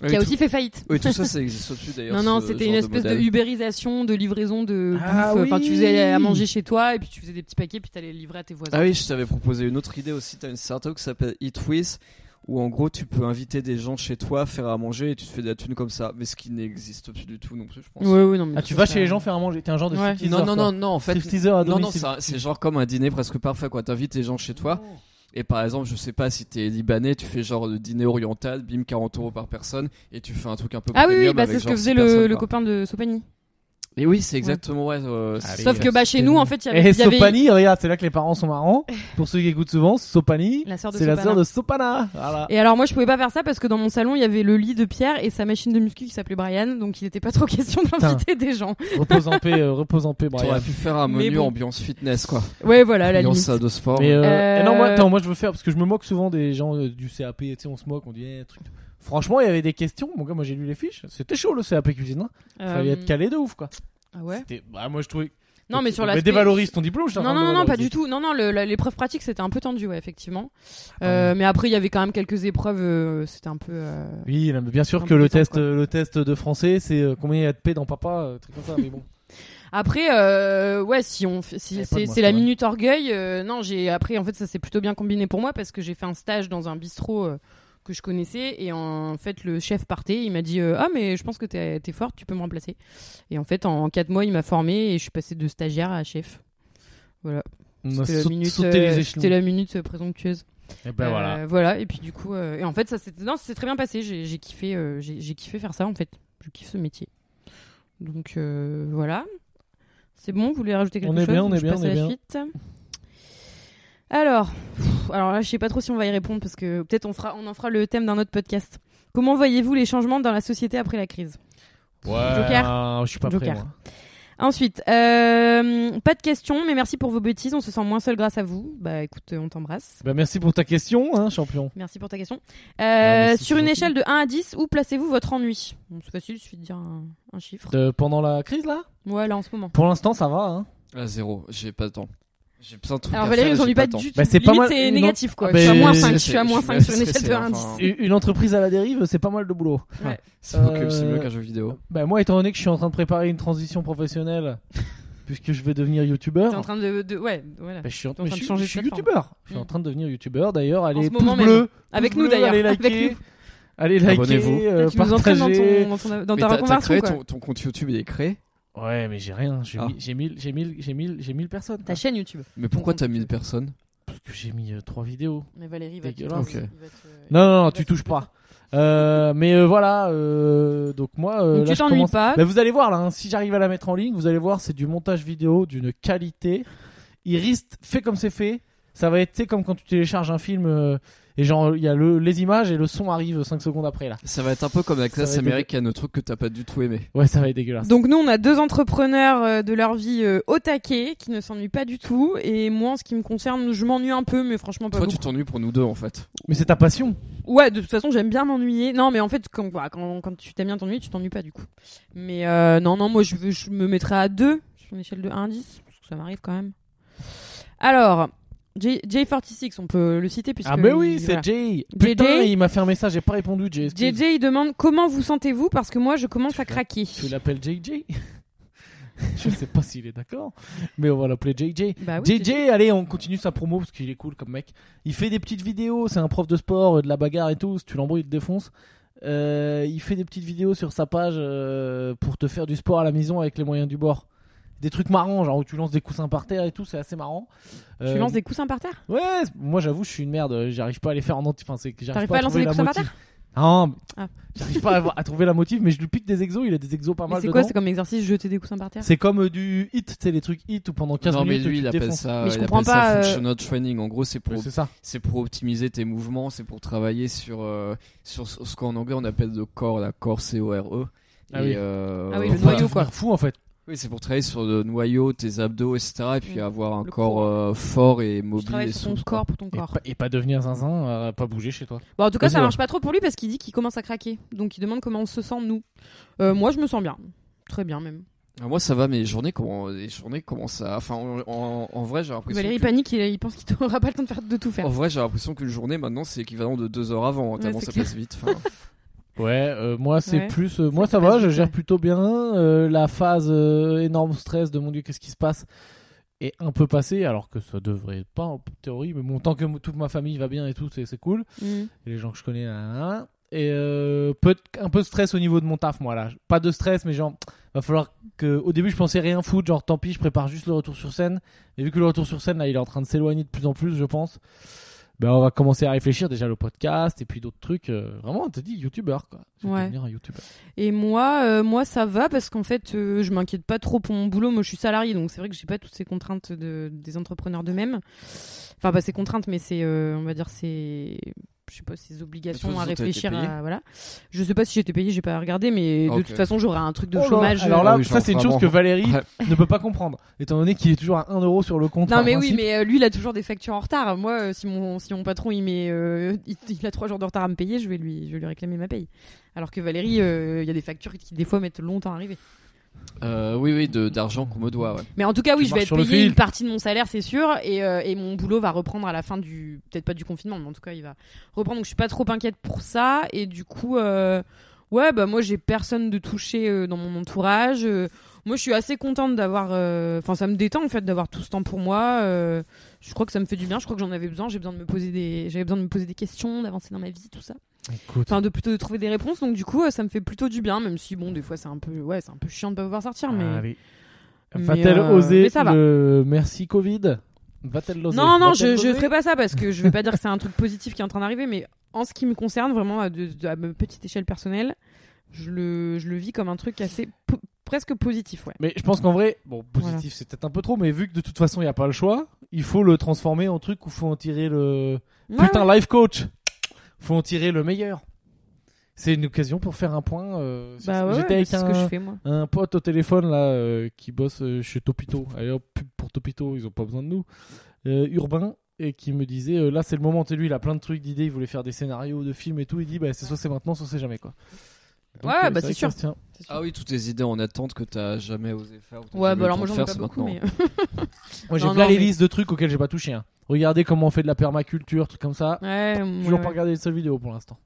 Speaker 3: Ah Oui,
Speaker 1: qui a
Speaker 3: tout-
Speaker 1: aussi fait faillite.
Speaker 3: Oui, tout ça, ça existe plus d'ailleurs.
Speaker 1: Non, non,
Speaker 3: ce
Speaker 1: c'était
Speaker 3: genre
Speaker 1: une espèce de,
Speaker 3: modèle.
Speaker 1: ubérisation, de livraison de
Speaker 2: Ah
Speaker 1: bouffe. Enfin,
Speaker 2: oui.
Speaker 1: tu faisais à manger chez toi et puis tu faisais des petits paquets puis t'allais les livrer à tes voisins.
Speaker 3: Ah oui, je t'avais proposé une autre idée aussi. T'as une startup qui s'appelle Eat With, où en gros, tu peux inviter des gens chez toi, faire à manger et tu te fais de la thune comme ça. Mais ce qui n'existe plus du tout non plus, je pense.
Speaker 1: Ouais, ouais, non, mais
Speaker 2: Ah, tu
Speaker 1: ça,
Speaker 2: vas
Speaker 1: ça-
Speaker 2: chez les gens faire à manger. T'es un genre de
Speaker 1: Ouais.
Speaker 2: stripteaser.
Speaker 3: Non, non,
Speaker 2: quoi.
Speaker 3: non, non, en fait.
Speaker 2: Stripteaser à
Speaker 3: Non, non,
Speaker 2: domicile.
Speaker 3: ça- c'est genre comme un dîner presque parfait, quoi. T'invites les gens chez toi,
Speaker 1: Oh.
Speaker 3: et par exemple, je sais pas si t'es libanais, tu fais genre le dîner oriental, bim, 40 euros par personne, et tu fais un truc un peu
Speaker 1: Ah oui, oui,
Speaker 3: premium
Speaker 1: bah,
Speaker 3: avec
Speaker 1: c'est ce que
Speaker 3: genre
Speaker 1: faisait
Speaker 3: six personnes,
Speaker 1: le, le
Speaker 3: quoi. Ah
Speaker 1: copain de Sopani.
Speaker 3: Et oui, c'est exactement, ouais. euh,
Speaker 2: Allez,
Speaker 1: Sauf que bah, chez nous, en fait, il y
Speaker 3: Eh,
Speaker 1: avait,
Speaker 2: Et
Speaker 1: il y avait-
Speaker 2: Sopani, regarde, c'est là que les parents sont marrants. Pour ceux qui écoutent souvent, Sopani,
Speaker 1: la sœur de
Speaker 2: c'est la
Speaker 1: Sopana.
Speaker 2: sœur de Sopana. Voilà.
Speaker 1: Et alors moi je pouvais pas faire ça parce que dans mon salon il y avait le lit de Pierre et sa machine de muscu qui s'appelait Brian donc il était pas trop question d'inviter des gens.
Speaker 2: repose en paix, euh, repose en paix, Brian.
Speaker 3: T'aurais pu faire un
Speaker 1: Mais
Speaker 3: menu
Speaker 1: bon.
Speaker 3: ambiance fitness, quoi.
Speaker 1: Ouais voilà à la
Speaker 3: ambiance
Speaker 1: limite.
Speaker 3: salle de sport.
Speaker 2: Mais euh,
Speaker 1: Euh,
Speaker 2: eh non, moi, attends, moi je veux faire parce que je me moque souvent des gens euh, du CAP, tu sais, on se moque, on dit eh, truc. Franchement, il y avait des questions. Mon gars, moi j'ai lu les fiches. C'était chaud le CAP cuisine. Hein.
Speaker 1: Euh,
Speaker 2: Fallait être calé de ouf quoi.
Speaker 1: ah ouais.
Speaker 2: C'était- bah, moi je trouvais.
Speaker 1: Non mais sur
Speaker 2: On
Speaker 1: la.
Speaker 2: dévalorise ton diplôme. je suis en
Speaker 1: Non
Speaker 2: train de
Speaker 1: non non pas
Speaker 2: dévaloriser.
Speaker 1: du tout. Non non le- la- l'épreuve pratique c'était un peu tendu ouais effectivement. Euh, Mais après il y avait quand même quelques épreuves euh, c'était un peu. euh,
Speaker 2: Oui, non, mais bien sûr
Speaker 1: Un
Speaker 2: que
Speaker 1: peu
Speaker 2: le
Speaker 1: bizarre,
Speaker 2: test,
Speaker 1: quoi.
Speaker 2: euh, le test de français, c'est euh, combien il y a de P dans papa, euh, truc comme ça. Mais bon.
Speaker 1: Après, euh, ouais, si on, fait-
Speaker 2: Elle est
Speaker 1: si
Speaker 2: pas de
Speaker 1: c'est
Speaker 2: moi,
Speaker 1: c'est
Speaker 2: celle-là.
Speaker 1: la minute orgueil. euh, non, j'ai après en fait ça s'est plutôt bien combiné pour moi parce que j'ai fait un stage dans un bistrot euh, que je connaissais et en fait le chef partait, il m'a dit euh, ah mais je pense que t'es t'es forte, tu peux me remplacer. Et en fait en, quatre mois il m'a formé et je suis passé de stagiaire à chef. Voilà.
Speaker 2: On a
Speaker 1: C'était la
Speaker 2: saut-
Speaker 1: minute,
Speaker 2: sauté
Speaker 1: euh,
Speaker 2: les
Speaker 1: c'était
Speaker 2: échelons.
Speaker 1: la minute euh, présomptueuse.
Speaker 2: Et ben
Speaker 1: Euh,
Speaker 2: voilà.
Speaker 1: Et puis du coup euh, et en fait ça s'était non c'est très bien passé. J'ai j'ai kiffé euh, j'ai j'ai kiffé faire ça en fait. Je kiffe ce métier. Donc euh, voilà. C'est bon, vous voulez rajouter quelque
Speaker 2: On est
Speaker 1: chose
Speaker 2: bien, on
Speaker 1: ou
Speaker 2: est
Speaker 1: je
Speaker 2: bien,
Speaker 1: passe
Speaker 2: on est
Speaker 1: à la
Speaker 2: bien.
Speaker 1: suite Alors, pff, alors là, je sais pas trop si on va y répondre parce que peut-être on fera, on en fera le thème d'un autre podcast. Comment voyez-vous les changements dans la société après la crise
Speaker 2: Ouais, Ah, Je suis pas prêt.
Speaker 1: Joker.
Speaker 2: moi.
Speaker 1: Ensuite, euh, pas de questions, mais merci pour vos bêtises. On se sent moins seul grâce à vous. Bah, écoute, euh, on t'embrasse.
Speaker 2: Bah, merci pour ta question, hein, champion.
Speaker 1: Merci pour ta question. Euh,
Speaker 2: Ah, mais c'est
Speaker 1: sur une
Speaker 2: gentil.
Speaker 1: échelle de 1 à 10, où placez-vous votre ennui Bon, C'est facile, il suffit de dire un, un chiffre.
Speaker 2: De- Euh, pendant la crise là
Speaker 1: Ouais, là en ce moment.
Speaker 2: Pour l'instant, ça va. Hein.
Speaker 3: À zéro, j'ai pas le temps. J'ai plein de trucs.
Speaker 1: Alors
Speaker 3: à
Speaker 1: Valérie,
Speaker 3: faire,
Speaker 1: aujourd'hui
Speaker 3: j'ai
Speaker 1: pas
Speaker 3: le temps.
Speaker 1: du tout.
Speaker 2: Bah, c'est pas
Speaker 1: Limite,
Speaker 2: mal-
Speaker 1: c'est
Speaker 2: non.
Speaker 1: négatif quoi.
Speaker 2: Ah,
Speaker 1: je suis à
Speaker 2: bah,
Speaker 1: moins
Speaker 2: je-
Speaker 1: 5, je
Speaker 3: je-
Speaker 1: suis à
Speaker 3: je
Speaker 1: moins
Speaker 3: suis
Speaker 1: 5 sur une
Speaker 3: stressé,
Speaker 1: échelle de 1 à 10.
Speaker 3: enfin.
Speaker 2: Une une entreprise à la dérive, c'est pas mal de boulot.
Speaker 1: Ouais.
Speaker 3: C'est mieux que- c'est mieux
Speaker 2: Euh,
Speaker 3: qu'un jeu vidéo.
Speaker 2: Bah moi, étant donné que je suis en train de préparer une transition professionnelle, puisque je vais devenir youtubeur.
Speaker 1: T'es en train de, de- ouais, voilà.
Speaker 2: bah, je suis en,
Speaker 1: t'es en
Speaker 2: mais
Speaker 1: train de
Speaker 2: je-
Speaker 1: changer
Speaker 2: je
Speaker 1: de
Speaker 2: suis
Speaker 1: plateforme.
Speaker 2: youtubeur. Je suis en
Speaker 1: Mm.
Speaker 2: train de devenir youtubeur. D'ailleurs, allez,
Speaker 1: ce
Speaker 2: pouce
Speaker 1: moment même.
Speaker 2: bleu. pouce
Speaker 1: Avec nous
Speaker 2: bleu,
Speaker 1: d'ailleurs.
Speaker 2: allez
Speaker 1: Avec
Speaker 2: liker.
Speaker 1: nous.
Speaker 2: Allez, likez,
Speaker 3: Abonnez-vous.
Speaker 2: euh,
Speaker 1: tu nous entraînes dans,
Speaker 2: partagez.
Speaker 1: ton, dans, ton- dans
Speaker 3: Mais
Speaker 1: ta
Speaker 3: t'as- t'as
Speaker 1: reconversion.
Speaker 3: créé
Speaker 1: quoi.
Speaker 3: ton, ton compte YouTube, il est créé.
Speaker 2: Ouais, mais j'ai rien. J'ai
Speaker 3: Ah.
Speaker 2: mis- j'ai mille, j'ai mille, j'ai mille, j'ai mille personnes.
Speaker 1: Ta chaîne YouTube.
Speaker 3: Mais pourquoi
Speaker 2: compte
Speaker 3: t'as mis personne
Speaker 2: Parce que j'ai mis euh, trois vidéos.
Speaker 1: Mais Valérie
Speaker 2: va
Speaker 1: va
Speaker 2: te-
Speaker 1: te.
Speaker 2: Dégueulasse.
Speaker 3: Ok.
Speaker 2: Non, non, non, tu touches pas. Euh, mais euh, voilà, euh, donc moi, euh, là,
Speaker 1: tu
Speaker 2: je
Speaker 1: t'ennuies
Speaker 2: commence-
Speaker 1: pas.
Speaker 2: Bah, vous allez voir là, hein, si j'arrive à la mettre en ligne, vous allez voir, c'est du montage vidéo d'une qualité. Il risque, fait comme c'est fait, ça va être, tu sais, comme quand tu télécharges un film euh, et genre, il y a le, les images et le son arrive 5 secondes après là.
Speaker 3: Ça va être un peu comme la classe
Speaker 2: va être-
Speaker 3: américaine, le truc que t'as pas du tout aimé.
Speaker 2: Ouais, ça va être dégueulasse.
Speaker 1: Donc nous, on a deux entrepreneurs euh, de leur vie euh, au taquet, qui ne s'ennuient pas du tout. Et moi, en ce qui me concerne, je m'ennuie un peu, mais franchement pas
Speaker 3: Toi, tu
Speaker 1: beaucoup.
Speaker 3: t'ennuies pour nous deux en fait.
Speaker 2: Mais c'est ta passion.
Speaker 1: Ouais, de toute façon, j'aime bien m'ennuyer. Non, mais en fait, comme quoi, quand, quand tu t'aimes bien t'ennuyer, tu t'ennuies pas du coup. Mais euh, non, non, moi, je, veux- je me mettrais à 2 sur une échelle de 1 à 10, parce que ça m'arrive quand même. Alors, J, J46, on peut le citer puisque...
Speaker 2: ah, mais oui,
Speaker 1: il-
Speaker 2: c'est
Speaker 1: voilà.
Speaker 2: Jay.
Speaker 1: JJ.
Speaker 2: Putain, il m'a fait un message, j'ai pas répondu, Jay. excuse.
Speaker 1: JJ, il demande comment vous sentez-vous parce que moi je commence à
Speaker 2: l'as-
Speaker 1: craquer.
Speaker 2: Tu l'appelles JJ Je sais pas s'il est d'accord, mais on va l'appeler JJ.
Speaker 1: Bah oui,
Speaker 2: JJ, allez, on continue sa promo parce qu'il est cool comme mec. Il fait des petites vidéos, c'est un prof de sport, euh, de la bagarre et tout. Si tu l'embrouilles, il te défonce. Euh, il fait des petites vidéos sur sa page euh, pour te faire du sport à la maison avec les moyens du bord. Des trucs marrants, genre où tu lances des coussins par terre et tout, c'est assez marrant. Euh,
Speaker 1: Tu lances des coussins par terre
Speaker 2: Ouais, moi j'avoue, je suis une merde, j'arrive pas à les faire en anti. Enfin, c'est que j'arrive
Speaker 1: T'arrives
Speaker 2: pas,
Speaker 1: pas à lancer
Speaker 2: trouver
Speaker 1: des
Speaker 2: la
Speaker 1: coussins par
Speaker 2: motive. Non, mais-
Speaker 1: Ah.
Speaker 2: j'arrive pas à, avoir- à trouver la motive, mais je lui pique des exos, il a des exos pas
Speaker 1: Mais
Speaker 2: mal
Speaker 1: c'est quoi
Speaker 2: dedans.
Speaker 1: C'est comme exercice jeter des coussins par terre
Speaker 2: C'est comme euh, du hit, tu sais, les trucs hit où pendant 15
Speaker 3: Non, mais
Speaker 2: minutes tu
Speaker 3: lui, il
Speaker 2: te
Speaker 3: appelle
Speaker 2: défonces.
Speaker 3: ça,
Speaker 1: Mais je
Speaker 3: il
Speaker 1: comprends
Speaker 3: appelle ça
Speaker 1: pas, euh,
Speaker 3: functional training. En gros, c'est
Speaker 2: Ouais,
Speaker 3: pour,
Speaker 2: C'est ça.
Speaker 3: c'est pour optimiser tes mouvements, c'est pour travailler sur, euh, sur ce ce qu'en anglais on appelle le core, la core C-O-R-E.
Speaker 2: Ah
Speaker 3: E. Et,
Speaker 2: oui.
Speaker 3: euh,
Speaker 1: Ah oui,
Speaker 2: Faut
Speaker 1: le
Speaker 2: pas
Speaker 1: noyau, quoi.
Speaker 2: devenir fou en fait.
Speaker 3: Oui, c'est pour travailler sur le noyau, tes abdos, etc. Et puis
Speaker 1: Mm.
Speaker 3: avoir un
Speaker 1: Le
Speaker 3: corps
Speaker 1: corps.
Speaker 3: euh, fort et
Speaker 1: Tu
Speaker 3: mobile et
Speaker 1: travailles sur ton
Speaker 3: souple,
Speaker 1: corps pour ton
Speaker 2: Et
Speaker 1: corps.
Speaker 2: pas, et pas devenir zinzin, euh, pas bouger chez toi.
Speaker 1: Bon, en tout cas,
Speaker 2: Vas-y,
Speaker 1: ça
Speaker 2: ouais.
Speaker 1: marche pas trop pour lui parce qu'il dit qu'il commence à craquer. Donc il demande comment on se sent nous. Euh, moi, je me sens bien, très bien même.
Speaker 3: quoi. Ah, Moi, ça va, mais les journées, comment, les journées commencent à. Enfin, en, en- en vrai, j'ai l'impression.
Speaker 1: Valérie
Speaker 3: que- Oh.
Speaker 1: panique, il, il pense qu'il n'aura pas le temps de faire de tout faire.
Speaker 3: En vrai, j'ai l'impression qu'une journée maintenant, c'est équivalent de deux heures avant. hein,
Speaker 1: Ouais,
Speaker 3: tellement
Speaker 1: c'est
Speaker 3: ça
Speaker 1: clair.
Speaker 3: passe vite. Enfin,
Speaker 2: Ouais, euh, moi c'est
Speaker 1: Ouais.
Speaker 2: plus. euh, moi
Speaker 1: te
Speaker 2: ça va,
Speaker 1: passe
Speaker 2: je
Speaker 1: vite,
Speaker 2: gère
Speaker 1: ouais.
Speaker 2: plutôt bien. euh, la phase euh, énorme stress de mon dieu, qu'est-ce qui se passe est un peu passée, alors que ça devrait pas en théorie, mais bon, tant que m- toute ma famille va bien et tout, c'est c'est cool.
Speaker 1: Mm.
Speaker 2: Et les gens que je connais. là, là, là. Et euh, peu, un peu de stress au niveau de mon taf, moi là. Pas de stress, mais genre, va falloir que. Au début, je pensais rien foutre, genre tant pis, je prépare juste le retour sur scène. Mais vu que le retour sur scène, là, il est en train de s'éloigner de plus en plus, je pense. Ben, on va commencer à réfléchir déjà le podcast et puis d'autres trucs. euh, vraiment, on te dit youtubeur quoi. Je vais
Speaker 1: Ouais.
Speaker 2: devenir un youtubeur.
Speaker 1: Et moi, euh, moi, ça va parce qu'en fait, euh, je m'inquiète pas trop pour mon boulot. Moi, je suis salarié, donc c'est vrai que j'ai pas toutes ces contraintes de, des entrepreneurs d'eux-mêmes. Enfin, pas ces contraintes, mais c'est, euh, on va dire, c'est, je sais pas, ces obligations
Speaker 3: toi,
Speaker 1: à
Speaker 3: t'as été
Speaker 1: réfléchir.
Speaker 3: payé
Speaker 1: à- voilà. Je sais pas si j'étais payé, j'ai pas regardé, mais de
Speaker 3: Ok.
Speaker 1: toute façon, j'aurai un truc de
Speaker 2: Oh là,
Speaker 1: chômage.
Speaker 2: Alors
Speaker 1: euh,
Speaker 2: là,
Speaker 3: Ah oui,
Speaker 2: ça, c'est une
Speaker 3: genre,
Speaker 2: chose que Valérie
Speaker 3: Ouais.
Speaker 2: ne peut pas comprendre. Étant donné qu'il est toujours à 1 euro sur le compte.
Speaker 1: Non
Speaker 2: par
Speaker 1: mais oui,
Speaker 2: principe.
Speaker 1: mais euh, lui il a toujours des factures en retard. Moi, euh, si mon si mon patron il met euh, il, il a trois jours de retard à me payer, je vais lui je vais lui réclamer ma paye. Alors que Valérie, euh, il y a des factures qui des fois mettent longtemps à arriver.
Speaker 3: euh, oui, oui, de- d'argent qu'on me doit. ouais.
Speaker 1: Mais en tout cas, oui,
Speaker 2: Tu
Speaker 1: je
Speaker 2: marches
Speaker 1: vais être
Speaker 2: sur le
Speaker 1: payé
Speaker 2: fil.
Speaker 1: une partie de mon salaire, c'est sûr, et, euh, et mon boulot va reprendre à la fin du peut-être pas du confinement, mais en tout cas il va reprendre. Donc je suis pas trop inquiète pour ça. Et du coup, euh, ouais, bah moi j'ai personne de touché euh, dans mon entourage. Euh, moi, je suis assez contente d'avoir. euh, Enfin, ça me détend en fait d'avoir tout ce temps pour moi. Euh, je crois que ça me fait du bien. Je crois que j'en avais besoin. J'ai besoin de me poser des. J'avais besoin de me poser des questions, d'avancer dans ma vie, tout ça.
Speaker 2: Écoute,
Speaker 1: Enfin, de plutôt de trouver des réponses. Donc, du coup, euh, ça me fait plutôt du bien, même si bon, des fois, c'est un peu. Ouais, c'est un peu chiant de pas pouvoir sortir, mais.
Speaker 2: Allez.
Speaker 1: mais,
Speaker 2: Va-t-elle
Speaker 1: euh,
Speaker 2: oser
Speaker 1: mais ça va.
Speaker 2: le merci Covid Va-t-elle l'oser
Speaker 1: Non, non,
Speaker 2: Va-t-elle
Speaker 1: je, je
Speaker 2: l'oser
Speaker 1: ferai pas ça parce que je vais pas dire que c'est un truc positif qui est en train d'arriver, mais en ce qui me concerne, vraiment à, de- de- à ma petite échelle personnelle, je le, je le vis comme un truc assez po- presque positif, ouais.
Speaker 2: Mais je pense qu'en vrai, bon, positif
Speaker 1: Voilà.
Speaker 2: c'est peut-être un peu trop, mais vu que de toute façon il n'y a pas le choix, il faut le transformer en truc où faut en tirer le.
Speaker 1: Ouais,
Speaker 2: Putain, life coach Faut en tirer le meilleur. C'est une occasion pour faire un point. euh, sur ça.
Speaker 1: Bah ouais,
Speaker 2: J'étais
Speaker 1: ouais,
Speaker 2: avec
Speaker 1: c'est ce que je
Speaker 2: un,
Speaker 1: fais moi.
Speaker 2: un pote au téléphone là euh, qui bosse euh, chez Topito. Allez hop, pub pour Topito, ils ont pas besoin de nous. Euh, urbain et qui me disait euh, là c'est le moment. Tu sais, lui il a plein de trucs d'idées, il voulait faire des scénarios de films et tout. Il dit bah c'est soit c'est maintenant, soit c'est jamais quoi. euh,
Speaker 1: Ouais, bah, c'est
Speaker 2: vrai que
Speaker 1: sûr.
Speaker 2: ça se tient.
Speaker 1: C'est sûr.
Speaker 3: Ah oui, toutes les idées en attente que t'as jamais osé faire. ou t'as
Speaker 1: Ouais,
Speaker 3: jamais
Speaker 1: bah
Speaker 3: eu
Speaker 1: alors
Speaker 3: le
Speaker 1: moi j'en ai
Speaker 3: temps de faire,
Speaker 1: pas
Speaker 3: c'est
Speaker 1: beaucoup,
Speaker 3: maintenant. hein.
Speaker 1: mais
Speaker 2: Moi j'ai
Speaker 1: Non,
Speaker 2: plein
Speaker 1: non,
Speaker 2: les
Speaker 1: mais-
Speaker 2: listes de trucs auxquels j'ai pas touché. hein. Regardez comment on fait de la permaculture, trucs comme ça.
Speaker 1: ouais, ouais,
Speaker 2: Toujours
Speaker 1: ouais.
Speaker 2: pas regardé les seules vidéos pour l'instant.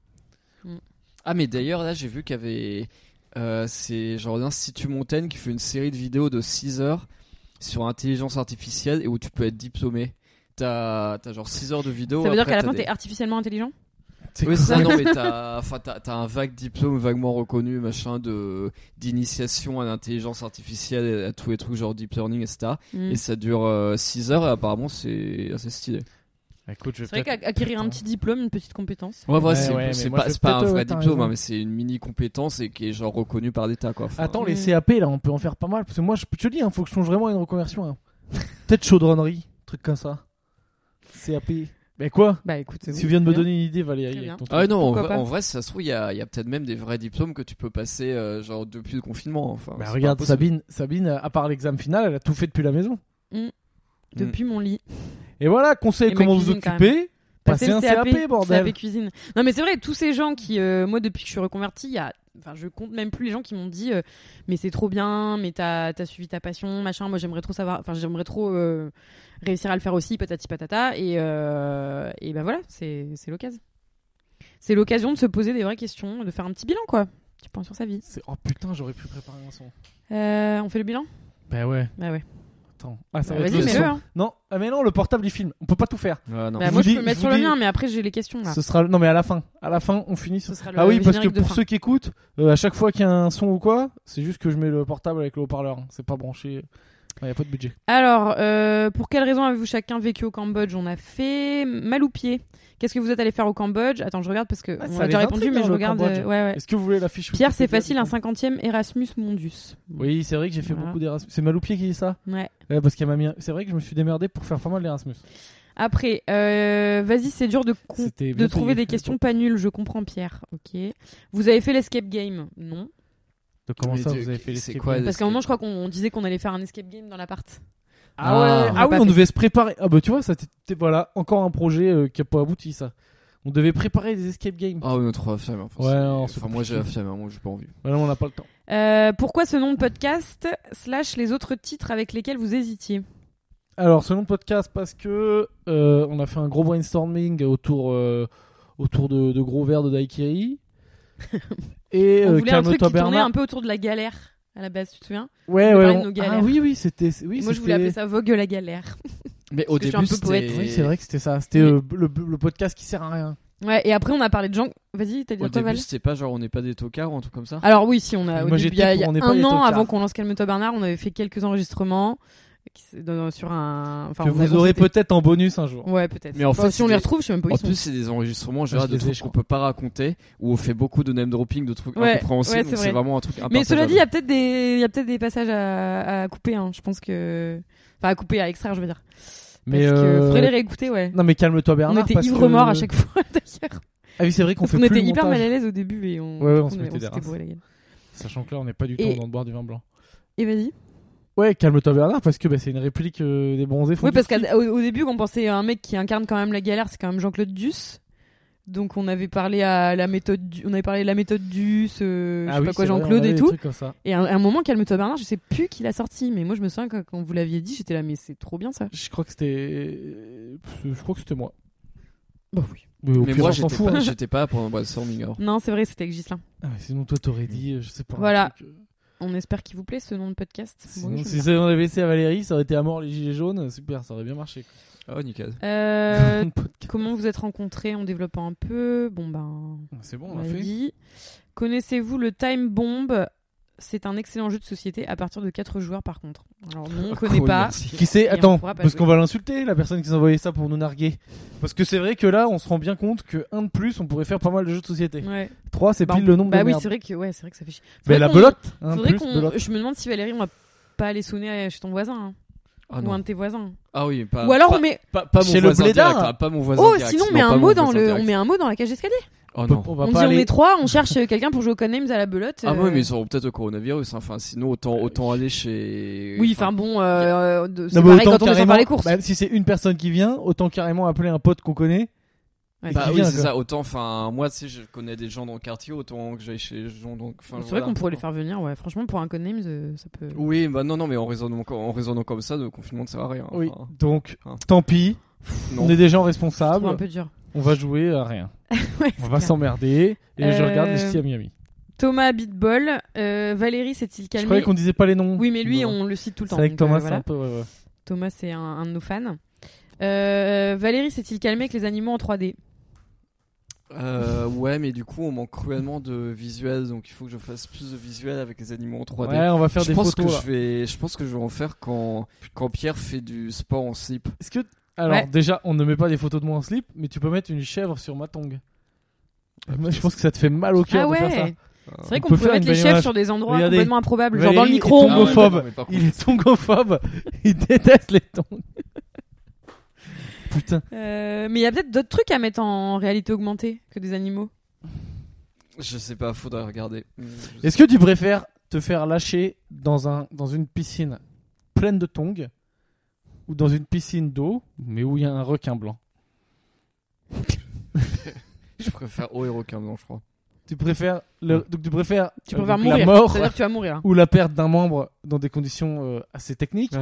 Speaker 3: Ah, mais d'ailleurs, là, j'ai vu qu'il y avait. euh, c'est genre l'Institut Montaigne qui fait une série de vidéos de 6 heures sur intelligence artificielle et où tu peux être diplômé. T'as as genre 6 heures de vidéos.
Speaker 1: Ça veut dire
Speaker 3: après,
Speaker 1: qu'à la
Speaker 3: t'as
Speaker 1: fin
Speaker 3: des-
Speaker 1: t'es artificiellement intelligent
Speaker 2: C'est
Speaker 3: Oui, c'est ça,
Speaker 2: quoi
Speaker 3: non, mais t'as enfin, t'as- t'as un vague diplôme vaguement reconnu, machin, de d'initiation à l'intelligence artificielle, à tous les trucs genre deep learning, etc.
Speaker 1: Mm.
Speaker 3: Et ça dure 6 heures et apparemment c'est assez stylé.
Speaker 2: Écoute, je vais
Speaker 1: C'est vrai
Speaker 2: peut-être-
Speaker 1: qu'acquérir un petit diplôme, une petite compétence.
Speaker 3: Ouais,
Speaker 2: Ouais,
Speaker 3: ouais, c'est
Speaker 2: ouais,
Speaker 3: c'est
Speaker 2: mais moi,
Speaker 3: pas,
Speaker 2: je
Speaker 3: c'est pas un
Speaker 2: peut-être,
Speaker 3: vrai
Speaker 2: ouais, t'as
Speaker 3: diplôme,
Speaker 2: raison.
Speaker 3: hein, mais c'est une mini compétence et qui est genre reconnue par l'État, quoi. Enfin,
Speaker 2: Attends, les
Speaker 1: Mm.
Speaker 2: CAP, là, on peut en faire pas mal. Parce que moi, je te dis, il faut que je songe vraiment à une reconversion. hein. Peut-être chaudronnerie, truc comme ça. CAP. Mais quoi
Speaker 1: Bah écoute, c'est
Speaker 2: Tu
Speaker 1: bon,
Speaker 2: viens de me
Speaker 1: très bien.
Speaker 2: donner une idée, Valérie.
Speaker 1: Très
Speaker 2: avec
Speaker 1: bien.
Speaker 2: ton truc.
Speaker 3: Ah ouais, non, en
Speaker 1: Pourquoi
Speaker 3: vrai,
Speaker 1: pas
Speaker 3: en vrai, si ça se trouve, il y a, il y a peut-être même des vrais diplômes que tu peux passer euh, genre depuis le confinement. Enfin,
Speaker 2: Bah,
Speaker 3: c'est pas
Speaker 2: regarde,
Speaker 3: impossible.
Speaker 2: Sabine, Sabine, à part l'examen final, elle a tout fait depuis la maison.
Speaker 1: Depuis mon lit.
Speaker 2: Et voilà, conseil
Speaker 1: Et ma
Speaker 2: comment vous
Speaker 1: cuisine, quand
Speaker 2: occuper. Passez
Speaker 1: Passer
Speaker 2: un
Speaker 1: le
Speaker 2: CAP, bordel.
Speaker 1: CAP cuisine. Non mais c'est vrai, tous ces gens qui, euh, moi depuis que je suis reconvertie, il y a, enfin je compte même plus les gens qui m'ont dit, euh, mais c'est trop bien, mais t'as as suivi ta passion, machin. Moi j'aimerais trop savoir, enfin j'aimerais trop euh, réussir à le faire aussi, patati patata. Et euh, et ben voilà, c'est c'est l'occasion. C'est l'occasion de se poser des vraies questions, de faire un petit bilan quoi. Tu penses sur sa vie.
Speaker 2: C'est- Oh putain, j'aurais pu préparer un son.
Speaker 1: Euh, on fait le bilan
Speaker 2: Bah ouais,
Speaker 1: Bah ouais.
Speaker 2: attends. Ah, ça
Speaker 1: Bah,
Speaker 2: va être
Speaker 1: Vas-y
Speaker 2: le
Speaker 1: mets-le.
Speaker 2: son.
Speaker 1: hein.
Speaker 2: Non, ah, mais non, le portable il filme. On peut pas tout faire.
Speaker 3: Ouais, non.
Speaker 1: Bah,
Speaker 2: Je
Speaker 1: moi
Speaker 2: vous
Speaker 1: je
Speaker 2: dis-
Speaker 1: peux le mettre
Speaker 2: je
Speaker 1: sur
Speaker 2: vous
Speaker 1: le
Speaker 2: dis-
Speaker 1: mien, mais après j'ai les questions là.
Speaker 2: Ce sera non mais à la fin, à la fin on finit sur
Speaker 1: Ce sera le
Speaker 2: Ah oui, parce que
Speaker 1: générique de
Speaker 2: pour
Speaker 1: fin.
Speaker 2: ceux qui écoutent, euh, à chaque fois qu'il y a un son ou quoi, c'est juste que je mets le portable avec le haut-parleur, hein. c'est pas branché. Il y a pas de budget.
Speaker 1: Alors, euh, pour quelles raisons avez-vous chacun vécu au Cambodge On a fait mal ou pied. Qu'est-ce que vous êtes allé faire au Cambodge Attends, je regarde parce que
Speaker 2: Ah,
Speaker 1: on
Speaker 2: ça
Speaker 1: a déjà
Speaker 2: les
Speaker 1: répondu,
Speaker 2: intrigue,
Speaker 1: mais
Speaker 2: hein,
Speaker 1: je
Speaker 2: le
Speaker 1: regarde.
Speaker 2: Cambodge.
Speaker 1: euh, ouais, ouais.
Speaker 2: Est-ce que vous voulez la fiche
Speaker 1: Pierre,
Speaker 2: Wikipédia
Speaker 1: c'est facile,
Speaker 2: du
Speaker 1: un
Speaker 2: coup
Speaker 1: 50e Erasmus Mondus.
Speaker 2: Oui, c'est vrai que j'ai fait
Speaker 1: Voilà.
Speaker 2: beaucoup d'Erasmus. C'est Maloupier qui dit ça
Speaker 1: Ouais.
Speaker 2: Ouais, parce qu'il m'a mis un- c'est vrai que je me suis démerdé pour faire pas mal d'Erasmus.
Speaker 1: Après, euh, vas-y, c'est dur de, con-
Speaker 2: C'était
Speaker 1: de
Speaker 2: bien
Speaker 1: trouver des
Speaker 2: payé.
Speaker 1: questions pas nulles, je comprends Pierre. Ok. Vous avez fait l'escape game Non.
Speaker 2: Donc, comment
Speaker 3: Mais
Speaker 2: ça
Speaker 3: tu-
Speaker 2: vous avez fait les
Speaker 3: c'est
Speaker 2: skip-
Speaker 1: Parce
Speaker 3: quoi,
Speaker 1: qu'à un
Speaker 3: l'escape
Speaker 1: moment, je crois qu'on on disait qu'on allait faire un escape game dans l'appart.
Speaker 2: Ah, ouais,
Speaker 3: Ah.
Speaker 2: ah oui,
Speaker 1: Pas
Speaker 2: on
Speaker 1: fait.
Speaker 2: devait se préparer. Ah bah tu vois, ça t'était- voilà, encore un projet euh, qui a pas abouti ça. On devait préparer des escape games.
Speaker 3: Ah oui, on trouve la flemme. Enfin,
Speaker 2: Ouais,
Speaker 3: c'est-
Speaker 2: non, c'est
Speaker 3: enfin moi j'ai la
Speaker 2: compliqué.
Speaker 3: flemme, hein, moi j'ai pas envie.
Speaker 2: Ouais, non, on n'a pas le temps.
Speaker 1: Euh, pourquoi ce nom de podcast slash les autres titres avec lesquels vous hésitiez
Speaker 2: Alors, selon le podcast, parce que euh, on a fait un gros brainstorming autour, euh, autour de, de gros verres de Daiquiri. Et
Speaker 1: On voulait
Speaker 2: euh,
Speaker 1: un truc
Speaker 2: Calme-toi
Speaker 1: qui tournait
Speaker 2: Bernard.
Speaker 1: un peu autour de la galère à la base, tu te souviens
Speaker 2: Ouais,
Speaker 1: on
Speaker 2: ouais.
Speaker 1: parlait de nos
Speaker 2: Ah
Speaker 1: galères.
Speaker 2: oui, oui, c'était. Oui,
Speaker 1: Et Moi, je
Speaker 2: c'était-
Speaker 1: voulais appeler ça Vogue la galère.
Speaker 3: Mais au
Speaker 1: que je suis
Speaker 3: début,
Speaker 1: un peu
Speaker 3: c'était-
Speaker 1: poète.
Speaker 2: Oui, c'est vrai que c'était ça. C'était euh, le, le podcast qui sert à rien.
Speaker 1: Ouais, et après, on a parlé de gens. Vas-y, t'as dit
Speaker 3: Au
Speaker 1: quoi,
Speaker 3: début,
Speaker 1: Val
Speaker 3: c'était pas genre on n'est pas des tocards ou un truc comme ça.
Speaker 1: Alors, oui, si, on a. au
Speaker 2: Moi,
Speaker 1: début,
Speaker 2: j'étais
Speaker 1: il y a, il y a
Speaker 2: pour on n'est pas les
Speaker 1: un an
Speaker 2: tocards.
Speaker 1: avant qu'on lance Calme-toi Bernard, on avait fait quelques enregistrements qui s- dans- sur un. Enfin,
Speaker 2: que
Speaker 1: on a-
Speaker 2: vous
Speaker 1: on
Speaker 2: aurez
Speaker 1: s'était-
Speaker 2: peut-être en bonus un jour.
Speaker 1: Ouais, peut-être.
Speaker 3: Mais en
Speaker 1: Enfin,
Speaker 3: fait,
Speaker 1: si on les
Speaker 3: c'était-
Speaker 1: retrouve, je sais même pas où
Speaker 3: en
Speaker 1: ils sont.
Speaker 3: plus, c'est des enregistrements,
Speaker 2: Ah,
Speaker 3: genre
Speaker 2: je
Speaker 3: de
Speaker 2: les ai,
Speaker 3: trucs
Speaker 2: je
Speaker 3: qu'on
Speaker 2: crois.
Speaker 3: peut pas raconter, où on fait beaucoup de name dropping, de trucs
Speaker 1: Ouais,
Speaker 3: incompréhensibles.
Speaker 1: ouais, c'est
Speaker 3: donc c'est
Speaker 1: vrai.
Speaker 3: vraiment un truc.
Speaker 1: Mais cela dit, il y
Speaker 3: impartageable.
Speaker 1: a peut-être des, il y a peut-être des passages à, à couper, hein, je pense que. Enfin, à couper, à extraire, je veux dire.
Speaker 2: Mais
Speaker 1: Parce que
Speaker 2: euh,
Speaker 1: faudrait les réécouter, ouais.
Speaker 2: non, mais calme-toi Bernard.
Speaker 1: on était
Speaker 2: parce
Speaker 1: ivre
Speaker 2: que-
Speaker 1: mort à chaque fois, d'ailleurs.
Speaker 2: Ah oui, c'est vrai qu'on
Speaker 1: Parce
Speaker 2: fait
Speaker 1: qu'on
Speaker 2: plus
Speaker 1: était
Speaker 2: le
Speaker 1: hyper
Speaker 2: montage.
Speaker 1: mal à l'aise au début et on.
Speaker 2: Ouais, ouais, on
Speaker 1: on
Speaker 2: se mettait des
Speaker 1: s'était
Speaker 2: races.
Speaker 1: bourré la gueule.
Speaker 2: Sachant que là, on n'est pas du tout
Speaker 1: Et-
Speaker 2: dans le boire du vin blanc.
Speaker 1: Et vas-y.
Speaker 2: Ouais, calme-toi Bernard, parce que bah, c'est une réplique euh, des bronzés. font
Speaker 1: Oui,
Speaker 2: du
Speaker 1: parce
Speaker 2: ski.
Speaker 1: qu'au au début, on pensait à un mec qui incarne quand même la galère, c'est quand même Jean-Claude Duss. Donc on avait parlé à la méthode, Du- on avait parlé de la méthode Duss, euh, je
Speaker 2: Ah
Speaker 1: sais
Speaker 2: oui,
Speaker 1: pas quoi,
Speaker 2: c'est vrai, on
Speaker 1: Jean-Claude
Speaker 2: avait
Speaker 1: et
Speaker 2: des
Speaker 1: tout.
Speaker 2: trucs comme ça.
Speaker 1: Et à un, à un moment, calme-toi Bernard, je sais plus qui l'a sorti, mais moi je me souviens que quand vous l'aviez dit, j'étais là, mais c'est trop bien ça.
Speaker 2: Je crois que c'était. euh, Je crois que c'était moi.
Speaker 1: Bah oui.
Speaker 2: Mais, au
Speaker 3: Mais
Speaker 2: pire,
Speaker 3: moi,
Speaker 2: on s'en
Speaker 3: j'étais
Speaker 2: fout.
Speaker 3: pas,
Speaker 2: hein.
Speaker 3: j'étais pas pendant le brainstorming. hein. alors.
Speaker 1: Non, c'est vrai, c'était avec Gislin.
Speaker 2: Ah, mais sinon, toi, t'aurais dit, euh, je sais pas. un
Speaker 1: Voilà.
Speaker 2: truc, euh,
Speaker 1: On espère qu'il vous plaît ce nom de podcast. Bon,
Speaker 2: Sinon,
Speaker 1: je-
Speaker 2: si ça on avait laissé à Valérie, ça aurait été à mort les gilets jaunes. Super, ça aurait bien marché. quoi.
Speaker 3: Ah ouais, nickel.
Speaker 1: Euh,
Speaker 2: Podcast.
Speaker 1: comment vous êtes rencontrés en développant un peu Bon ben,
Speaker 2: C'est bon,
Speaker 1: on
Speaker 2: on l'a
Speaker 1: l'a
Speaker 2: fait.
Speaker 1: dit. Connaissez-vous le Time Bomb C'est un excellent jeu de société à partir de 4 joueurs par contre. Alors non, on connaît
Speaker 3: Ah, Cool,
Speaker 1: pas.
Speaker 3: merci.
Speaker 2: Qui sait
Speaker 1: Et on
Speaker 2: Attends,
Speaker 1: pourra pas
Speaker 2: parce
Speaker 1: jouer.
Speaker 2: qu'on va l'insulter, la personne qui nous a envoyé ça pour nous narguer. Parce que c'est vrai que là, on se rend bien compte que un de plus, on pourrait faire pas mal de jeux de société.
Speaker 1: Ouais.
Speaker 2: Trois, c'est
Speaker 1: Bah,
Speaker 2: pile le nombre
Speaker 1: Bah
Speaker 2: de
Speaker 1: oui,
Speaker 2: merdes.
Speaker 1: c'est vrai que ouais, c'est vrai que ça fait chier.
Speaker 2: Mais la
Speaker 1: qu'on-
Speaker 2: belote, un
Speaker 1: faudrait
Speaker 2: plus
Speaker 1: qu'on-
Speaker 2: belote.
Speaker 1: Je me demande si Valérie, on va pas aller sonner chez ton voisin hein,
Speaker 3: Ah,
Speaker 1: ou
Speaker 3: non.
Speaker 1: un de tes voisins.
Speaker 3: Ah oui, pas.
Speaker 1: ou alors
Speaker 3: pas-
Speaker 1: on met
Speaker 3: Pas, pas mon
Speaker 2: Chez le
Speaker 3: voisin
Speaker 2: blédard.
Speaker 3: direct, ah, pas mon voisin
Speaker 1: oh,
Speaker 3: direct,
Speaker 1: sinon on
Speaker 3: non,
Speaker 1: met
Speaker 3: pas
Speaker 1: un
Speaker 3: mon
Speaker 1: mot dans
Speaker 3: voisin
Speaker 1: le,
Speaker 3: direct.
Speaker 1: on met un mot dans la cage d'escalier.
Speaker 3: Oh
Speaker 2: peut-
Speaker 3: non.
Speaker 2: on va
Speaker 1: On dit
Speaker 2: pas
Speaker 1: on
Speaker 2: aller.
Speaker 1: est trois, on cherche euh, quelqu'un pour jouer au Code Names à la belote.
Speaker 3: Ah
Speaker 1: euh,
Speaker 3: oui, mais ils auront peut-être au coronavirus. hein. Enfin, sinon autant autant aller chez.
Speaker 1: Oui, enfin bon, euh, de- c'est
Speaker 2: Non, mais
Speaker 1: pareil
Speaker 2: autant
Speaker 1: quand on descend
Speaker 2: carrément-
Speaker 1: faire les courses.
Speaker 2: bah, si c'est une personne qui vient, autant carrément appeler un pote qu'on connaît.
Speaker 1: Ouais.
Speaker 2: et
Speaker 3: Bah
Speaker 2: qui
Speaker 3: oui,
Speaker 2: vient,
Speaker 3: c'est
Speaker 2: quoi.
Speaker 3: ça. Autant, enfin, moi, tu sais, je connais des gens dans le quartier, autant que j'aille chez les gens. Donc, enfin,
Speaker 1: c'est vrai
Speaker 3: voilà.
Speaker 1: qu'on pourrait les faire venir, ouais. Franchement, pour un Code Names, euh, ça peut.
Speaker 3: Oui, bah non, non, mais en raisonnant, co- en raisonnant comme ça, le confinement ne sert à rien.
Speaker 2: Oui.
Speaker 3: enfin,
Speaker 2: Donc,
Speaker 3: Hein.
Speaker 2: tant pis.
Speaker 3: non.
Speaker 2: On est des
Speaker 1: Je
Speaker 2: gens
Speaker 1: trouve
Speaker 2: responsables.
Speaker 1: un peu dur.
Speaker 2: On va jouer à rien.
Speaker 1: Ouais,
Speaker 2: Ah, bah. On
Speaker 1: c'est
Speaker 2: va
Speaker 1: clair.
Speaker 2: s'emmerder. Et je
Speaker 1: Euh,
Speaker 2: regarde les skis à Miami.
Speaker 1: Thomas Bitball, euh, Valérie s'est-il
Speaker 2: Je
Speaker 1: calmé
Speaker 2: croyais qu'on disait pas les noms.
Speaker 1: Oui, mais lui,
Speaker 2: Non.
Speaker 1: on le cite tout le
Speaker 2: C'est
Speaker 1: temps.
Speaker 2: avec
Speaker 1: donc,
Speaker 2: Thomas,
Speaker 1: euh, voilà.
Speaker 2: c'est un peu. ouais, ouais.
Speaker 1: Thomas, c'est un, un de nos fans. Euh, Valérie s'est-il calmé avec les animaux en 3D
Speaker 3: Euh, ouais, mais du coup, on manque cruellement de visuels, donc il faut que je fasse plus de visuels avec les animaux en 3D.
Speaker 2: Ouais, on va faire
Speaker 3: je
Speaker 2: des
Speaker 3: pense
Speaker 2: photos.
Speaker 3: que
Speaker 2: là.
Speaker 3: je vais, je pense que je vais en faire quand quand Pierre fait du sport en slip.
Speaker 2: Est-ce que alors
Speaker 1: Ouais.
Speaker 2: déjà, on ne met pas des photos de moi en slip, mais tu peux mettre une chèvre sur ma tongue. Moi, je pense que ça te fait mal au cœur
Speaker 1: Ah
Speaker 2: de faire ça.
Speaker 1: ouais C'est vrai
Speaker 2: On
Speaker 1: qu'on
Speaker 2: peut
Speaker 1: peut,
Speaker 2: faire
Speaker 1: mettre
Speaker 2: une
Speaker 1: les chefs
Speaker 2: bagnole.
Speaker 1: sur des endroits
Speaker 2: Regardez.
Speaker 1: complètement improbables, genre dans le
Speaker 2: Valérie est
Speaker 1: micro
Speaker 2: Ah ouais, homophobe.
Speaker 3: non, mais par contre,
Speaker 2: Il est tongophobe. Il déteste les tongs. Putain.
Speaker 1: Euh, mais il y a peut-être d'autres trucs à mettre en réalité augmentée que des animaux.
Speaker 3: Je sais pas, faudrait regarder. Je
Speaker 2: Est-ce que tu préfères te faire lâcher dans, un, dans une piscine pleine de tongs ou dans une piscine d'eau, mais où il y a un requin blanc
Speaker 3: Je préfère haut et requin blanc, je crois.
Speaker 2: Tu préfères, le, donc tu préfères,
Speaker 1: Tu
Speaker 2: euh,
Speaker 1: peux faire
Speaker 2: donc la
Speaker 1: mourir.
Speaker 2: mort
Speaker 1: C'est-à-dire que tu vas mourir.
Speaker 2: ou la perte d'un membre dans des conditions euh, assez techniques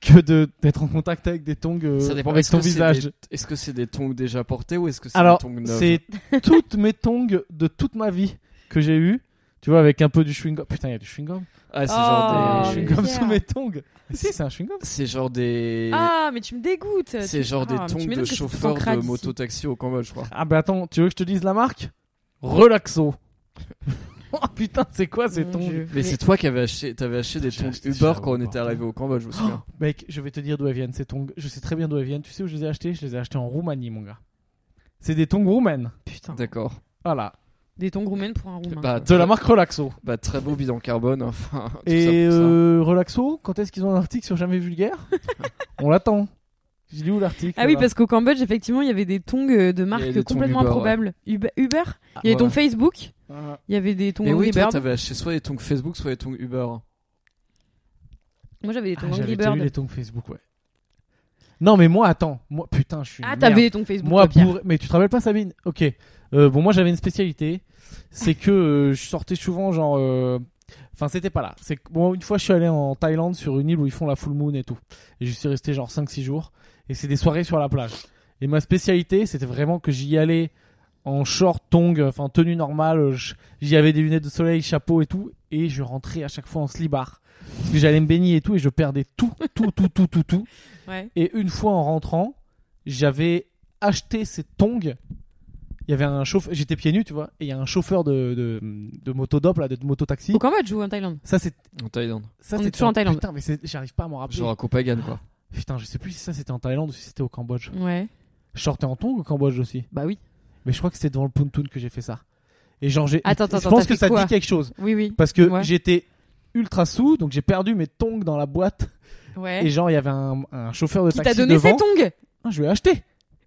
Speaker 2: que de- d'être en contact avec des tongs euh,
Speaker 3: Ça dépend.
Speaker 2: avec
Speaker 3: Est-ce que
Speaker 2: ton
Speaker 3: c'est
Speaker 2: visage.
Speaker 3: des- Est-ce que c'est des tongs déjà portés ou est-ce que c'est des
Speaker 2: Alors,
Speaker 3: tongs neuves
Speaker 2: c'est toutes mes tongs de toute ma vie que j'ai eu. Tu vois, avec un peu du chewing-gum. Putain, il y a du chewing-gum.
Speaker 3: Ah, c'est
Speaker 1: Oh,
Speaker 3: genre
Speaker 2: Des
Speaker 3: des.
Speaker 1: mais-
Speaker 2: chewing-gum
Speaker 1: Pierre.
Speaker 2: sous mes tongs. Mais si, c'est un chewing-gum.
Speaker 3: C'est genre des.
Speaker 1: Ah, mais tu Ah, me dégoûtes.
Speaker 3: c'est genre des tongs de chauffeur de mototaxi au Cambodge, je crois.
Speaker 2: Ah bah attends, tu veux que je te dise la marque Relaxo. oh putain, c'est quoi ces tongs
Speaker 3: Mais, c'est toi qui avais acheté, t'avais acheté des
Speaker 2: J'ai
Speaker 3: tongs
Speaker 2: acheté
Speaker 3: Uber
Speaker 2: cher
Speaker 3: quand on
Speaker 2: Uber.
Speaker 3: était arrivé au Cambodge, je me souviens.
Speaker 2: Mec, je vais te dire d'où elles viennent ces tongs. Je sais très bien d'où elles viennent. Tu sais où je les ai achetés Je les ai achetés en Roumanie, mon gars. C'est des tongs roumaines.
Speaker 1: Putain.
Speaker 3: D'accord.
Speaker 2: Voilà,
Speaker 1: Des tongs roumaines pour un roumain.
Speaker 3: Bah,
Speaker 2: de la marque Relaxo.
Speaker 3: Bah, très beau bilan carbone, enfin. tout ça
Speaker 2: Et
Speaker 3: pour ça.
Speaker 2: euh, Relaxo, quand est-ce qu'ils ont un article sur Jamais Vulgaire On l'attend. J'ai lu où l'article
Speaker 1: ah oui,
Speaker 2: là
Speaker 1: parce qu'au Cambodge, effectivement, il y avait des tongs euh, de
Speaker 3: avait
Speaker 1: marques
Speaker 3: des tongs
Speaker 1: complètement
Speaker 3: Uber, ouais.
Speaker 1: improbables. Uber, Uber
Speaker 2: Ah,
Speaker 1: Il y avait des tongs
Speaker 2: voilà.
Speaker 1: Facebook,
Speaker 2: Ah.
Speaker 1: il y avait des tongs
Speaker 3: Mais oui,
Speaker 1: Angry
Speaker 3: toi,
Speaker 1: Bird.
Speaker 3: t'avais acheté soit les tongs Facebook, soit les tongs Uber. hein,
Speaker 1: Moi, j'avais des tongs
Speaker 2: Ah,
Speaker 1: Angry
Speaker 2: j'avais déjà
Speaker 1: Bird.
Speaker 2: eu les tongs Facebook, ouais. Non, mais moi, attends. Moi, putain, je suis.
Speaker 1: Ah,
Speaker 2: une
Speaker 1: t'avais
Speaker 2: merde.
Speaker 1: des tongs Facebook.
Speaker 2: Moi,
Speaker 1: toi, Pierre.
Speaker 2: bourré- Mais tu te rappelles pas, Sabine Ok. Euh, bon, moi, j'avais une spécialité. C'est que euh, je sortais souvent, genre. euh, Enfin, c'était pas là. C'est que, bon, une fois, je suis allé en Thaïlande sur une île où ils font la full moon et tout. Et je suis resté, genre, 5-6 jours. Et c'est des soirées sur la plage. Et ma spécialité, c'était vraiment que j'y allais en short, tongs, enfin, tenue normale. euh, je- J'y avais des lunettes de soleil, chapeau et tout. Et je rentrais à chaque fois en slibard. Parce que j'allais me baigner et tout. Et je perdais tout, tout, tout, tout, tout, tout.
Speaker 1: Ouais.
Speaker 2: Et une fois en rentrant, j'avais acheté ces tongs. Il y avait un chauffeur, j'étais pieds nus, tu vois, et il y a un chauffeur de, de, de motodop, là, de mototaxi.
Speaker 1: Au Cambodge ou en Thaïlande
Speaker 2: Ça, c'est.
Speaker 3: En Thaïlande.
Speaker 2: Ça,
Speaker 1: On est
Speaker 2: c'était
Speaker 1: toujours en Thaïlande.
Speaker 2: Putain, mais c'est- j'arrive pas à m'en rappeler.
Speaker 3: Genre à Copenhague, quoi.
Speaker 2: Putain, je sais plus si ça c'était en Thaïlande ou si c'était au Cambodge.
Speaker 1: Ouais.
Speaker 2: Je sortais en tongs au Cambodge aussi.
Speaker 1: Bah oui.
Speaker 2: Mais je crois que c'était devant le pontoon que j'ai fait ça. Et genre, j'ai.
Speaker 1: Attends,
Speaker 2: je
Speaker 1: attends,
Speaker 2: pense
Speaker 1: t'as
Speaker 2: que
Speaker 1: fait
Speaker 2: ça
Speaker 1: quoi
Speaker 2: dit quelque chose.
Speaker 1: Oui, oui.
Speaker 2: Parce que
Speaker 1: Ouais.
Speaker 2: j'étais ultra sous, donc j'ai perdu mes tongs dans la boîte. Et
Speaker 1: Ouais.
Speaker 2: genre, il y avait un, un chauffeur de
Speaker 1: Eh. Qui t'a
Speaker 2: taxi
Speaker 1: donné
Speaker 2: devant.
Speaker 1: ces tongs
Speaker 2: Ah, je lui ai acheté.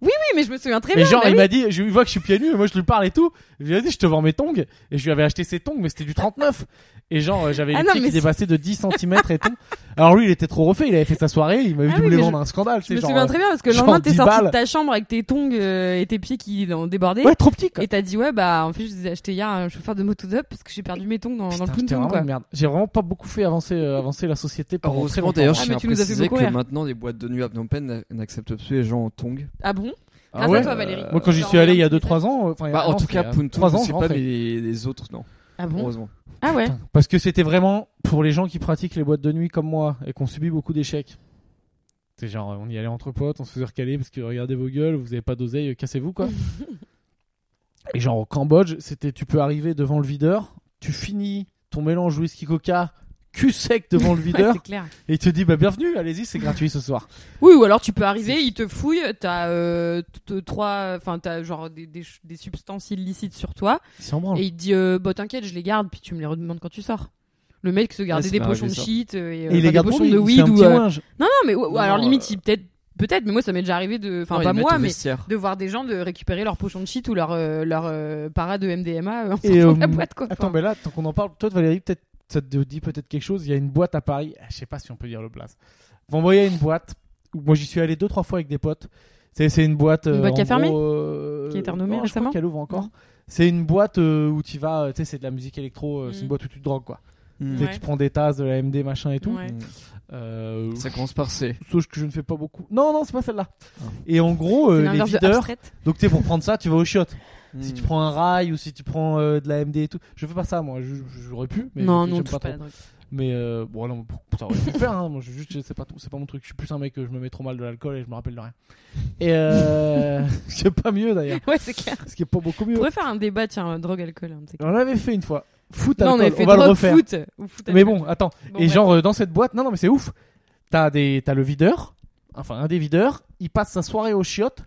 Speaker 1: Oui, mais je me souviens très
Speaker 2: Et
Speaker 1: bien.
Speaker 2: genre,
Speaker 1: bah
Speaker 2: il
Speaker 1: oui.
Speaker 2: m'a dit, je il voit que je suis pieds nus, et moi je lui parle et tout. Je lui ai dit, je te vends mes tongs. Et je lui avais acheté ses tongs, mais c'était du 39. Et genre, euh, j'avais
Speaker 1: Ah
Speaker 2: les
Speaker 1: non,
Speaker 2: pieds
Speaker 1: mais
Speaker 2: qui
Speaker 1: c'est-
Speaker 2: dépassaient de 10 cm et tout. Alors lui, il était trop refait, il avait fait sa soirée, il m'avait
Speaker 1: Ah oui,
Speaker 2: dit, vous voulez
Speaker 1: mais
Speaker 2: vendre un scandale,
Speaker 1: Je
Speaker 2: c'est
Speaker 1: me
Speaker 2: genre.
Speaker 1: souviens très bien parce que le
Speaker 2: genre
Speaker 1: lendemain, t'es
Speaker 2: 10
Speaker 1: sorti de
Speaker 2: balles.
Speaker 1: ta chambre avec tes tongs euh, et tes pieds qui ont débordé.
Speaker 2: euh, Ouais, trop petit, quoi.
Speaker 1: Et t'as dit, ouais, bah, en fait, je les ai achetés hier à un chauffeur de motodop parce que j'ai perdu mes tongs dans, dans le
Speaker 2: Putain, j'étais
Speaker 1: pontoon,
Speaker 2: vraiment
Speaker 1: quoi.
Speaker 2: une merde. J'ai vraiment pas beaucoup fait avancer, euh, avancer la société pendant très
Speaker 3: Heureusement,
Speaker 2: longtemps.
Speaker 3: d'ailleurs, je
Speaker 1: Ah,
Speaker 3: tiens
Speaker 1: mais
Speaker 3: à
Speaker 1: tu nous as fait
Speaker 3: préciser
Speaker 1: beaucoup
Speaker 3: que
Speaker 1: rire.
Speaker 3: maintenant, les boîtes de nuit à Phnom Penh n'a- n'acceptent plus les gens en tongs.
Speaker 1: Ah bon
Speaker 2: Ah
Speaker 1: Grâce
Speaker 2: ouais
Speaker 1: à toi, Valérie.
Speaker 3: Euh,
Speaker 2: Moi, quand j'y suis allé il y a 2-3 ans, euh, enfin, il y a
Speaker 3: Bah,
Speaker 2: un
Speaker 3: en
Speaker 2: an,
Speaker 3: tout
Speaker 2: c'est,
Speaker 3: cas,
Speaker 2: euh,
Speaker 3: Puntoon,
Speaker 2: trois ans, Hmm.
Speaker 3: je sais
Speaker 2: je
Speaker 3: pas, mais
Speaker 2: rentrais.
Speaker 3: les, les autres, non.
Speaker 1: Ah bon
Speaker 3: Heureusement.
Speaker 1: Ah ouais.
Speaker 2: Oh, Putain. Parce que c'était vraiment pour les gens qui pratiquent les boîtes de nuit comme moi et qu'on subit beaucoup d'échecs. C'est genre, on y allait entre potes, on se faisait recaler parce que regardez vos gueules, vous avez pas d'oseille, euh, cassez-vous quoi. et genre au Cambodge, c'était tu peux arriver devant le videur, tu finis ton mélange whisky coca cul sec devant le
Speaker 1: Ouais,
Speaker 2: videur
Speaker 1: c'est clair.
Speaker 2: et il te dit bah bienvenue, allez-y, c'est gratuit ce soir.
Speaker 1: Oui, ou alors tu peux arriver, il te fouille, t'as euh, t- t- trois, enfin t'as genre des, des, ch- des substances illicites sur toi,
Speaker 2: Ils s'en branlent.
Speaker 1: et il te dit, euh, bah t'inquiète, je les garde, puis tu me les redemandes quand tu sors. Le mec se gardait
Speaker 3: ça
Speaker 1: des
Speaker 3: m'est
Speaker 1: pochons de
Speaker 3: arrivé, ça.
Speaker 1: shit euh, et, euh,
Speaker 2: Et il
Speaker 1: enfin,
Speaker 2: les garde
Speaker 1: des
Speaker 2: pour
Speaker 1: pochons
Speaker 2: lui,
Speaker 1: de
Speaker 2: il
Speaker 1: weed
Speaker 2: fait un
Speaker 1: ou
Speaker 2: petit
Speaker 1: euh,
Speaker 2: linge.
Speaker 1: non non mais ou- ou
Speaker 3: Non,
Speaker 1: alors
Speaker 3: euh,
Speaker 1: limite il- peut-être peut-être mais moi ça m'est déjà arrivé de enfin
Speaker 3: Non, ils
Speaker 1: pas
Speaker 3: mettent
Speaker 1: moi
Speaker 3: au
Speaker 1: mais
Speaker 3: vestiaire.
Speaker 1: de voir des gens de récupérer leurs pochons de shit ou leur euh, leur euh, para de MDMA euh, en
Speaker 2: Et,
Speaker 1: sortant de la
Speaker 2: euh,
Speaker 1: boîte quoi.
Speaker 2: Attends,
Speaker 1: Enfin,
Speaker 2: mais là, tant qu'on en parle, toi, Valérie, peut-être, ça te dit peut-être quelque chose. Il y a une boîte à Paris, Ah, je sais pas si on peut dire le place. Vous voyez une boîte où moi j'y suis allé deux, trois fois avec des potes. C'est c'est une boîte.
Speaker 1: Une
Speaker 2: euh,
Speaker 1: boîte qui a
Speaker 2: en
Speaker 1: fermé
Speaker 2: gros, euh,
Speaker 1: Qui a été renommée
Speaker 2: non, je crois
Speaker 1: récemment
Speaker 2: qu'elle ouvre encore.
Speaker 1: Non.
Speaker 2: C'est une boîte euh, où tu vas, euh, tu sais, c'est de la musique électro, euh, c'est
Speaker 1: Mm.
Speaker 2: une boîte où tu te drogues quoi.
Speaker 3: Mm.
Speaker 2: Tu sais,
Speaker 1: Ouais.
Speaker 2: Tu prends des tasses, de la MD, machin et tout.
Speaker 1: Ouais.
Speaker 2: Euh,
Speaker 3: Hmm. Ça commence par C.
Speaker 2: Sauf que je ne fais pas beaucoup. Non, non, c'est pas celle-là.
Speaker 3: Ah.
Speaker 2: Et en gros,
Speaker 1: c'est
Speaker 2: euh, les
Speaker 1: l'inverse de
Speaker 2: videurs.
Speaker 1: abstraite.
Speaker 2: Donc, tu sais, pour prendre ça, tu vas au chiottes. Si
Speaker 3: Mm.
Speaker 2: tu prends un rail ou si tu prends euh, de la MD et tout. Je fais pas ça moi, Je- je- j'aurais pu. Mais
Speaker 1: Non
Speaker 2: je-
Speaker 1: non
Speaker 2: j'aime
Speaker 1: touche pas
Speaker 2: trop.
Speaker 1: la drogue.
Speaker 2: Mais euh, bon, non, ça aurait pu le faire. hein. Moi, je, juste, c'est pas, tout- c'est pas mon truc. Je suis plus un mec que je me mets trop mal de l'alcool et je me rappelle de rien. Et euh, c'est pas mieux d'ailleurs.
Speaker 1: Ouais, c'est clair.
Speaker 2: Ce qui est pas beaucoup
Speaker 1: On
Speaker 2: mieux.
Speaker 1: pourrait faire un débat, tiens, drogue-alcool. Hein,
Speaker 2: On l'avait fait une fois. Foot
Speaker 1: non, on
Speaker 2: alcool.
Speaker 1: avait
Speaker 2: on,
Speaker 1: fait
Speaker 2: va le
Speaker 1: drogue,
Speaker 2: refaire.
Speaker 1: foot, ou foot
Speaker 2: Mais
Speaker 1: alcool.
Speaker 2: bon, attends.
Speaker 1: Bon,
Speaker 2: et
Speaker 1: bref.
Speaker 2: genre euh, dans cette boîte, non non mais c'est ouf. T'as des, t'as le videur, enfin un des videurs, il passe sa soirée aux chiottes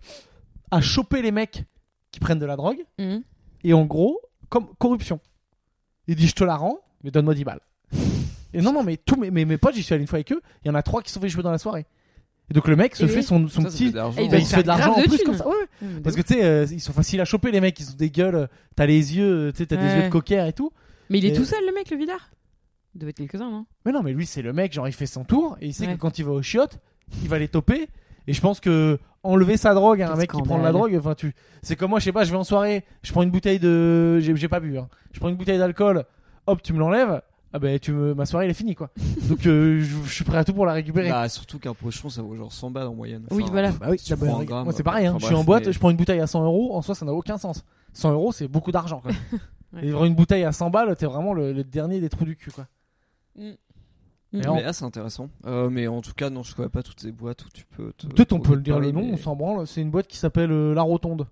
Speaker 2: à choper les mecs qui prennent de la drogue
Speaker 1: Mhm.
Speaker 2: et en gros comme corruption. Il dit je te la rends, mais donne-moi 10 balles. Et non non mais tous mes, mes, mes potes, j'y suis allé une fois avec eux, il y en a trois qui se sont fait jouer dans la soirée. Et donc le mec se
Speaker 1: Et
Speaker 2: fait son, son
Speaker 3: Ça, ça fait
Speaker 2: petit,
Speaker 3: de l'argent.
Speaker 1: Et il
Speaker 2: bah,
Speaker 1: doit
Speaker 2: il se fait de
Speaker 1: faire
Speaker 2: l'argent en
Speaker 1: grave de
Speaker 2: plus
Speaker 1: thunes.
Speaker 2: comme ça. Ouais, ouais.
Speaker 1: Ouais, mais de
Speaker 2: Parce
Speaker 1: ouf.
Speaker 2: que tu sais, euh, ils sont faciles à choper les mecs, ils ont des gueules, euh, t'as les yeux, euh, tu sais, t'as des
Speaker 1: Ouais.
Speaker 2: yeux de cocker et tout.
Speaker 1: Mais il est
Speaker 2: Et-
Speaker 1: tout seul, le mec, le Vidard Il devait être quelques-uns, non
Speaker 2: Mais non, mais lui, c'est le mec, genre, il fait son tour et il sait
Speaker 1: Ouais.
Speaker 2: que quand il va au chiottes, il va les toper. Et je pense que enlever sa drogue à un
Speaker 1: Quel
Speaker 2: mec qui
Speaker 1: scandale.
Speaker 2: prend de la drogue, enfin, tu. C'est comme moi, je sais pas, je vais en soirée, je prends une bouteille de. J'ai j'ai pas bu, hein. Je prends une bouteille d'alcool, hop, tu me l'enlèves, ah ben, tu me... ma soirée, elle est finie, quoi. Donc, euh, je je suis prêt à tout pour la récupérer.
Speaker 3: Bah, surtout qu'un pochon, ça vaut genre 100 balles en moyenne.
Speaker 1: Oui, voilà.
Speaker 2: Bah oui,
Speaker 3: tu
Speaker 2: bah,
Speaker 3: prends un
Speaker 2: regarde,
Speaker 3: gramme,
Speaker 2: moi, c'est pareil, hein.
Speaker 3: enfin,
Speaker 2: je suis en
Speaker 3: bref,
Speaker 2: boîte,
Speaker 3: mais-
Speaker 2: je prends une bouteille à 100 euros, en soi, ça n'a aucun sens. 100 euros, c'est beaucoup d'argent, quoi.
Speaker 1: Ouais.
Speaker 2: Et vendre une bouteille à 100 balles, t'es vraiment le, le dernier des trous du cul, quoi.
Speaker 1: Mm.
Speaker 2: Mais
Speaker 3: Mais là, c'est intéressant. Euh, mais en tout cas, non, je connais pas toutes ces boîtes où tu peux. te-
Speaker 2: Peut-être on peut le dire le
Speaker 3: parler,
Speaker 2: nom,
Speaker 3: mais-
Speaker 2: on s'en branle. C'est une boîte qui s'appelle euh, La Rotonde.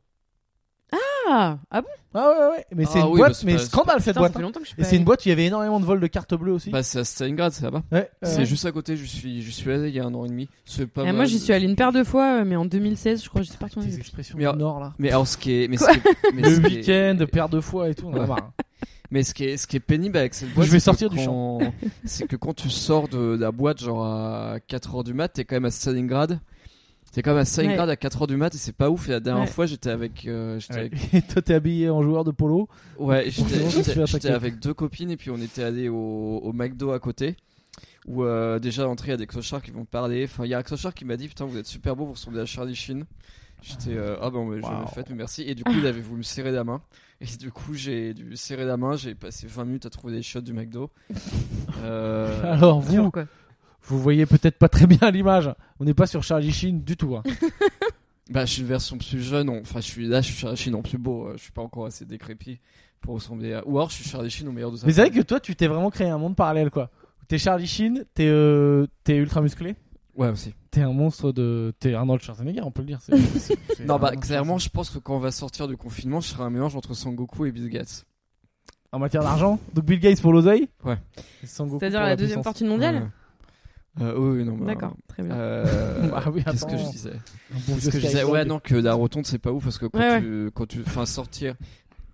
Speaker 1: Ah, ah bon
Speaker 2: Ah ouais, ouais, ouais. Mais c'est
Speaker 3: Ah
Speaker 2: une
Speaker 3: oui, bah
Speaker 2: boîte,
Speaker 3: c'est
Speaker 2: mais
Speaker 3: pas-
Speaker 2: scandale cette
Speaker 1: Putain,
Speaker 2: boîte.
Speaker 1: Ça fait
Speaker 2: hein.
Speaker 1: longtemps que je suis
Speaker 2: Et
Speaker 1: pas
Speaker 2: c'est une
Speaker 1: allée.
Speaker 2: boîte où il y avait énormément de vols de cartes bleues aussi.
Speaker 3: Bah, c'est à Stalingrad, c'est là-bas.
Speaker 2: Ouais, euh,
Speaker 3: C'est
Speaker 2: ouais.
Speaker 3: juste à côté, je suis, je suis allé il y a un an et demi. C'est pas
Speaker 1: Ah,
Speaker 3: mal.
Speaker 1: moi, j'y suis allée une paire de fois, euh, mais en 2016, je crois, je sais pas retournée
Speaker 2: Tes
Speaker 1: depuis.
Speaker 2: expressions
Speaker 3: Mais
Speaker 2: du
Speaker 3: alors-
Speaker 2: Nord là.
Speaker 3: Mais alors, ce qui est. Mais ce qui est- mais
Speaker 2: Le
Speaker 3: ce qui est-
Speaker 2: week-end, paire de fois et tout, on hein. en a
Speaker 3: Ouais.
Speaker 2: marre.
Speaker 3: Mais ce qui est, ce qui est pénible avec cette boîte.
Speaker 2: Je vais
Speaker 3: c'est que
Speaker 2: sortir du
Speaker 3: quand- C'est que quand tu sors de, de la boîte, genre à 4h du mat, t'es quand même à Stalingrad. T'es quand même à Stalingrad à 4h du mat et c'est pas ouf. Et la dernière
Speaker 1: Ouais.
Speaker 3: fois, j'étais avec. euh, j'étais
Speaker 2: Ouais.
Speaker 3: avec-
Speaker 2: Et toi, t'es habillé en joueur de polo.
Speaker 3: Ouais,
Speaker 2: Forcément, tu te fais
Speaker 3: j'étais- j'étais j'étais
Speaker 2: attaquer.
Speaker 3: avec deux copines et puis on était allé au, au McDo à côté. Où euh, déjà à l'entrée, il y a des clochards qui vont parler. Enfin, il y a un clochard qui m'a dit Putain, vous êtes super beau, vous ressemblez à Charlie Sheen. J'étais euh, Ah ben, mais je
Speaker 2: Wow.
Speaker 3: le fais, mais merci. Et du coup, il avait voulu me serrer la main. Et du coup, j'ai dû serrer la main. J'ai passé 20 minutes à trouver des shots du McDo. Euh,
Speaker 2: Alors
Speaker 1: Sûr,
Speaker 2: vous,
Speaker 1: quoi.
Speaker 2: vous voyez peut-être pas très bien l'image. On n'est pas sur Charlie Sheen du tout. hein.
Speaker 3: bah, je suis une version plus jeune. on- Enfin, je suis là, je suis Charlie Sheen en plus beau. euh, Je suis pas encore assez décrépit pour ressembler à. Ou alors, je suis Charlie Sheen au meilleur de sa
Speaker 2: Mais c'est
Speaker 3: forme.
Speaker 2: vrai que toi, tu t'es vraiment créé un monde parallèle quoi. T'es Charlie Sheen, t'es euh, t'es ultra musclé.
Speaker 3: Ouais, aussi.
Speaker 2: T'es un monstre de. T'es Arnold Schwarzenegger, on peut le dire. c'est- c'est- c'est
Speaker 3: Non, bah
Speaker 2: Arnold
Speaker 3: clairement, je pense que quand on va sortir du confinement, je serai un mélange entre Sangoku et Bill Gates.
Speaker 2: en matière d'argent. Donc Bill Gates pour l'oseille.
Speaker 3: Ouais.
Speaker 2: Et Sangoku
Speaker 1: C'est-à-dire
Speaker 2: pour
Speaker 1: la deuxième
Speaker 2: puissance. Bah,
Speaker 1: fortune mondiale
Speaker 3: Euh, euh, oui, oui, non, mais.
Speaker 1: D'accord, très bien.
Speaker 3: euh,
Speaker 2: Ah oui,
Speaker 3: Qu'est-ce que
Speaker 2: attends.
Speaker 3: je disais
Speaker 2: Un bon
Speaker 3: Qu'est-ce
Speaker 2: vieux
Speaker 3: que je disais
Speaker 2: Skyrock.
Speaker 3: Ouais, non, que la rotonde, c'est pas ouf parce que quand
Speaker 1: Ouais,
Speaker 3: tu. Quand tu enfin, sortir,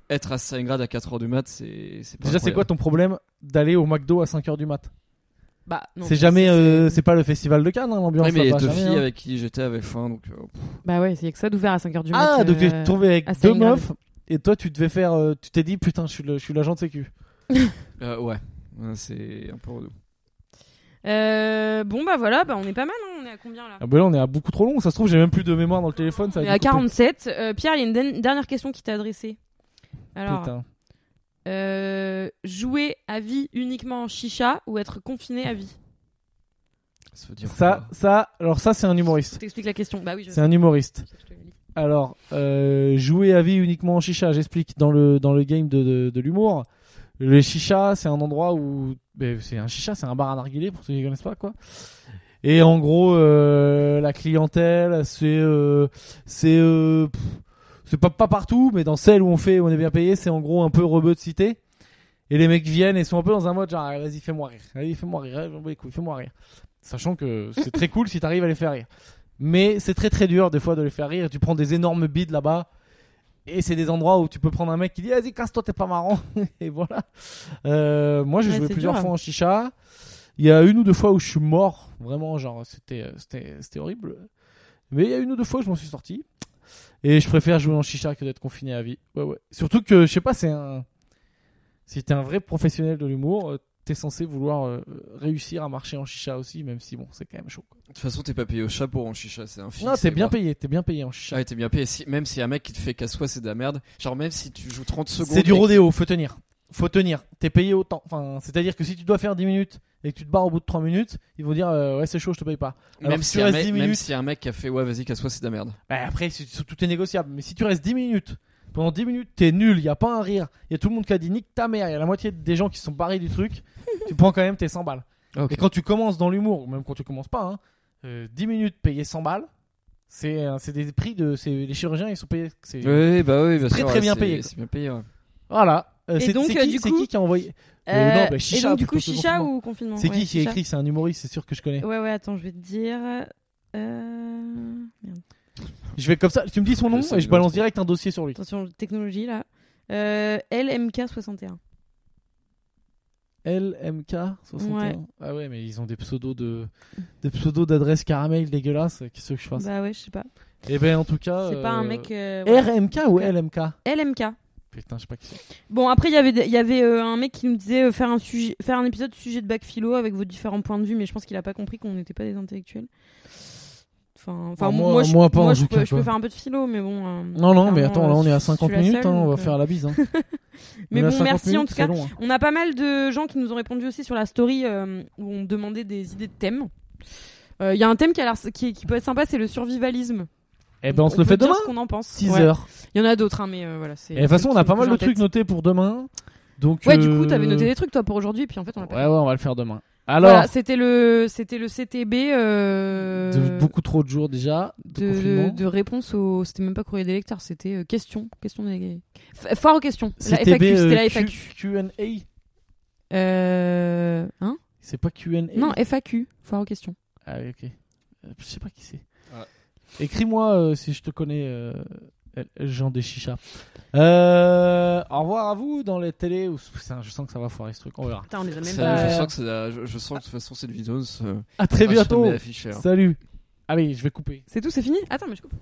Speaker 3: être à Stalingrad à 4h du mat, c'est. c'est pas
Speaker 2: Déjà, c'est quoi
Speaker 3: incroyable.
Speaker 2: ton problème d'aller au McDo à 5h du mat
Speaker 1: Bah, non,
Speaker 2: C'est jamais. euh,
Speaker 1: c'est-
Speaker 2: C'est pas le festival de Cannes, hein, l'ambiance.
Speaker 3: Ouais, mais il y a
Speaker 2: là-bas,
Speaker 3: deux
Speaker 2: jamais,
Speaker 3: filles
Speaker 2: hein.
Speaker 3: avec qui j'étais avaient faim, donc. euh, pff.
Speaker 1: Bah ouais, c'est que ça d'ouvert à 5h du matin. Euh,
Speaker 2: Ah, donc tu t'es retrouvé avec
Speaker 1: à
Speaker 2: deux
Speaker 1: Stalingrad.
Speaker 2: meufs et toi, tu devais faire. euh, Tu t'es dit, putain, je suis le- je suis l'agent de sécu.
Speaker 3: Euh, ouais. Ouais, C'est un peu relou.
Speaker 1: bon, bah voilà, bah on est pas mal, hein, on est à combien là
Speaker 2: Ah, bah là, on est à beaucoup trop long. Ça se trouve, j'ai même plus de mémoire dans le téléphone. Ça
Speaker 1: On
Speaker 2: va
Speaker 1: est
Speaker 2: être
Speaker 1: à
Speaker 2: coupé.
Speaker 1: 47. Euh, Pierre, il y a une den- dernière question qui t'a adressée. Alors,
Speaker 2: Putain.
Speaker 1: euh, jouer à vie uniquement en chicha ou être confiné à vie
Speaker 3: Ça veut dire.
Speaker 2: Ça,
Speaker 3: quoi
Speaker 2: ça, alors ça, c'est un
Speaker 1: Je
Speaker 2: humoriste.
Speaker 1: t'explique la question. Bah oui, je
Speaker 2: C'est
Speaker 1: sais.
Speaker 2: un humoriste.
Speaker 1: je sais que je te l'ai dit.
Speaker 2: Alors, euh, jouer à vie uniquement en chicha, j'explique dans le, dans le game de, de, de l'humour. Le chicha, c'est un endroit où. ben, C'est un chicha, c'est un bar à narguilé pour ceux qui ne connaissent pas, quoi. Et en gros, euh, la clientèle, c'est. euh, c'est. euh, pff, c'est pas, pas partout, mais dans celle où on fait, où on est bien payé, c'est en gros un peu rebeu de cité. Et les mecs viennent et sont un peu dans un mode genre, allez, vas-y, fais-moi rire. Allez, fais-moi rire. Allez, les couilles, fais-moi rire. Sachant que c'est très cool si t'arrives à les faire rire. Mais c'est très très dur des fois de les faire rire. Tu prends des énormes bides là-bas. Et c'est des endroits où tu peux prendre un mec qui dit vas-y casse-toi t'es pas marrant et voilà. Euh, moi j'ai
Speaker 1: Ouais,
Speaker 2: joué
Speaker 1: c'est
Speaker 2: plusieurs
Speaker 1: dur. hein.
Speaker 2: fois en chicha. Il y a une ou deux fois où je suis mort vraiment genre c'était euh, c'était c'était horrible. Mais il y a une ou deux fois où je m'en suis sorti. Et je préfère jouer en chicha que d'être confiné à vie. Ouais ouais. Surtout que je sais pas c'est un si t'es un vrai professionnel de l'humour euh, t'es censé vouloir euh, réussir à marcher en chicha aussi même si bon c'est quand même chaud. quoi.
Speaker 3: De toute façon, t'es pas payé au chapeau en chicha, c'est un film.
Speaker 2: Non t'es bien payé t'es bien payé en chicha.
Speaker 3: Ouais, t'es bien payé. Si- Même si un mec qui te fait casse-toi, c'est de la merde. Genre, même si tu joues 30 secondes.
Speaker 2: C'est du
Speaker 3: et que-
Speaker 2: rodéo, faut tenir. Faut tenir. T'es payé autant. Enfin, c'est-à-dire que si tu dois faire 10 minutes et que tu te barres au bout de 3 minutes, ils vont dire euh, ouais, c'est chaud, je te paye pas. Alors
Speaker 3: Même
Speaker 2: que
Speaker 3: si,
Speaker 2: tu
Speaker 3: un
Speaker 2: restes
Speaker 3: mec,
Speaker 2: 10
Speaker 3: même
Speaker 2: minutes.
Speaker 3: si un mec qui a fait ouais vas-y casse-toi c'est de la merde.
Speaker 2: Bah, après, c'est- tout est négociable. Mais si tu restes 10 minutes Pendant 10 minutes, t'es nul, y a pas un rire. Y a tout le monde qui a dit nique ta mère, y a la moitié des gens qui se sont barrés du truc. tu prends quand même tes 100 balles. Et quand tu commences dans l'humour, ou même quand tu commences pas, hein, euh, 10 minutes payées 100 balles, c'est euh, c'est des prix de. c'est- Les chirurgiens, ils sont payés. c'est-
Speaker 3: Oui, bah oui, bien
Speaker 2: Très,
Speaker 3: sûr,
Speaker 2: très
Speaker 3: ouais,
Speaker 2: bien
Speaker 3: c'est-
Speaker 2: payé, quoi.
Speaker 3: C'est bien payé. ouais.
Speaker 2: Voilà. Euh,
Speaker 1: Et
Speaker 2: c'est
Speaker 1: donc,
Speaker 2: c'est
Speaker 1: euh,
Speaker 2: qui,
Speaker 1: du
Speaker 2: c'est
Speaker 1: coup-
Speaker 2: qui qui a envoyé
Speaker 1: Euh,
Speaker 2: non, bah, Chicha,
Speaker 1: et donc, du coup,
Speaker 2: plutôt que
Speaker 1: chicha
Speaker 2: confinement.
Speaker 1: ou confinement
Speaker 2: C'est
Speaker 1: Ouais,
Speaker 2: qui qui a
Speaker 1: Chicha.
Speaker 2: écrit C'est un humoriste, c'est sûr que je connais.
Speaker 1: Ouais, ouais, attends, je vais te dire. euh, merde.
Speaker 2: Je vais comme ça, tu me dis son nom
Speaker 3: Je sais,
Speaker 2: et je
Speaker 3: je
Speaker 2: balance
Speaker 3: sais.
Speaker 2: direct un dossier sur lui.
Speaker 1: Attention, technologie là. Euh, LMK61.
Speaker 2: LMK61.
Speaker 1: Ouais.
Speaker 2: Ah ouais, mais ils ont des pseudos de des pseudos d'adresse caramel dégueulasse, euh, qu'est-ce que je fasse
Speaker 1: Bah ouais, je sais pas.
Speaker 2: Et ben en tout cas
Speaker 1: C'est pas un
Speaker 2: euh,
Speaker 1: mec. euh, voilà.
Speaker 2: RMK ou LMK
Speaker 1: LMK.
Speaker 2: Putain, je sais pas qui c'est.
Speaker 1: Bon, après, il y avait, des- il y avait euh, un mec qui nous disait euh, faire, un sujet, faire un épisode sujet de bac philo avec vos différents points de vue, mais je pense qu'il a pas compris qu'on n'était pas des intellectuels. Enfin, enfin
Speaker 2: Ah, moi-
Speaker 1: moi, je,
Speaker 2: moi, pas en
Speaker 1: je,
Speaker 2: tout
Speaker 1: peux,
Speaker 2: cas,
Speaker 1: je
Speaker 2: quoi.
Speaker 1: peux faire un peu de philo, mais bon. euh,
Speaker 2: Non non, mais
Speaker 1: clairement,
Speaker 2: attends, là on
Speaker 1: euh,
Speaker 2: est à
Speaker 1: je suis
Speaker 2: 50
Speaker 1: la
Speaker 2: minutes,
Speaker 1: seule,
Speaker 2: hein, on va
Speaker 1: donc, euh,
Speaker 2: faire la bise hein.
Speaker 1: Mais
Speaker 2: On est à
Speaker 1: bon,
Speaker 2: 50
Speaker 1: merci en
Speaker 2: minutes,
Speaker 1: tout cas.
Speaker 2: c'est long, hein.
Speaker 1: On a pas mal de gens qui nous ont répondu aussi sur la story euh, où on demandait des idées de thèmes. Euh, Il y a un thème qui, a l'air- qui, qui peut être sympa, c'est le survivalisme.
Speaker 2: Eh ben on se le
Speaker 1: peut
Speaker 2: fait
Speaker 1: dire
Speaker 2: demain
Speaker 1: ce qu'on en pense.
Speaker 2: 6
Speaker 1: Ouais.
Speaker 2: heures. Eh,
Speaker 1: Il y en a d'autres, hein, mais euh, voilà. c'est-
Speaker 2: Et de toute façon,
Speaker 1: c'est
Speaker 2: on a
Speaker 1: le
Speaker 2: pas
Speaker 1: qui
Speaker 2: mal
Speaker 1: me
Speaker 2: de
Speaker 1: vient en
Speaker 2: trucs
Speaker 1: tête.
Speaker 2: notés pour demain. Donc
Speaker 1: Ouais, du
Speaker 2: euh,
Speaker 1: coup, t'avais noté des trucs toi pour aujourd'hui, puis en fait, on l'a
Speaker 2: Ouais
Speaker 1: pas
Speaker 2: ouais,
Speaker 1: fait.
Speaker 2: on va le faire demain. Alors,
Speaker 1: Voilà, c'était le c'était le CTB euh,
Speaker 2: de- beaucoup trop de jours déjà de, confinement.
Speaker 1: de, de réponse au c'était même pas courrier des lecteurs, c'était euh, question question des F- foire aux questions. La
Speaker 2: CTB,
Speaker 1: FAQ, c'était
Speaker 2: euh,
Speaker 1: la
Speaker 2: Q-
Speaker 1: FAQ.
Speaker 2: Q&A.
Speaker 1: Euh, hein
Speaker 2: C'est pas Q&A
Speaker 1: Non, FAQ, foire aux questions.
Speaker 2: Ah oui, ok. Euh, je sais pas qui c'est.
Speaker 3: Ouais.
Speaker 2: Écris-moi euh, si je te connais, euh, euh, Jean des Chichas. Euh, au revoir à vous dans les télés. Ou... Putain, je sens que ça va foirer ce truc, on verra.
Speaker 1: Putain, on les a même
Speaker 3: Ça,
Speaker 1: pas.
Speaker 2: pas-
Speaker 3: Je sens que c'est la- je- je sens que de toute façon cette vidéo ne se
Speaker 2: À très
Speaker 3: sera jamais
Speaker 2: bientôt.
Speaker 3: affichée, hein.
Speaker 2: Salut. Allez, je vais couper.
Speaker 1: C'est tout, c'est fini Attends, mais je coupe.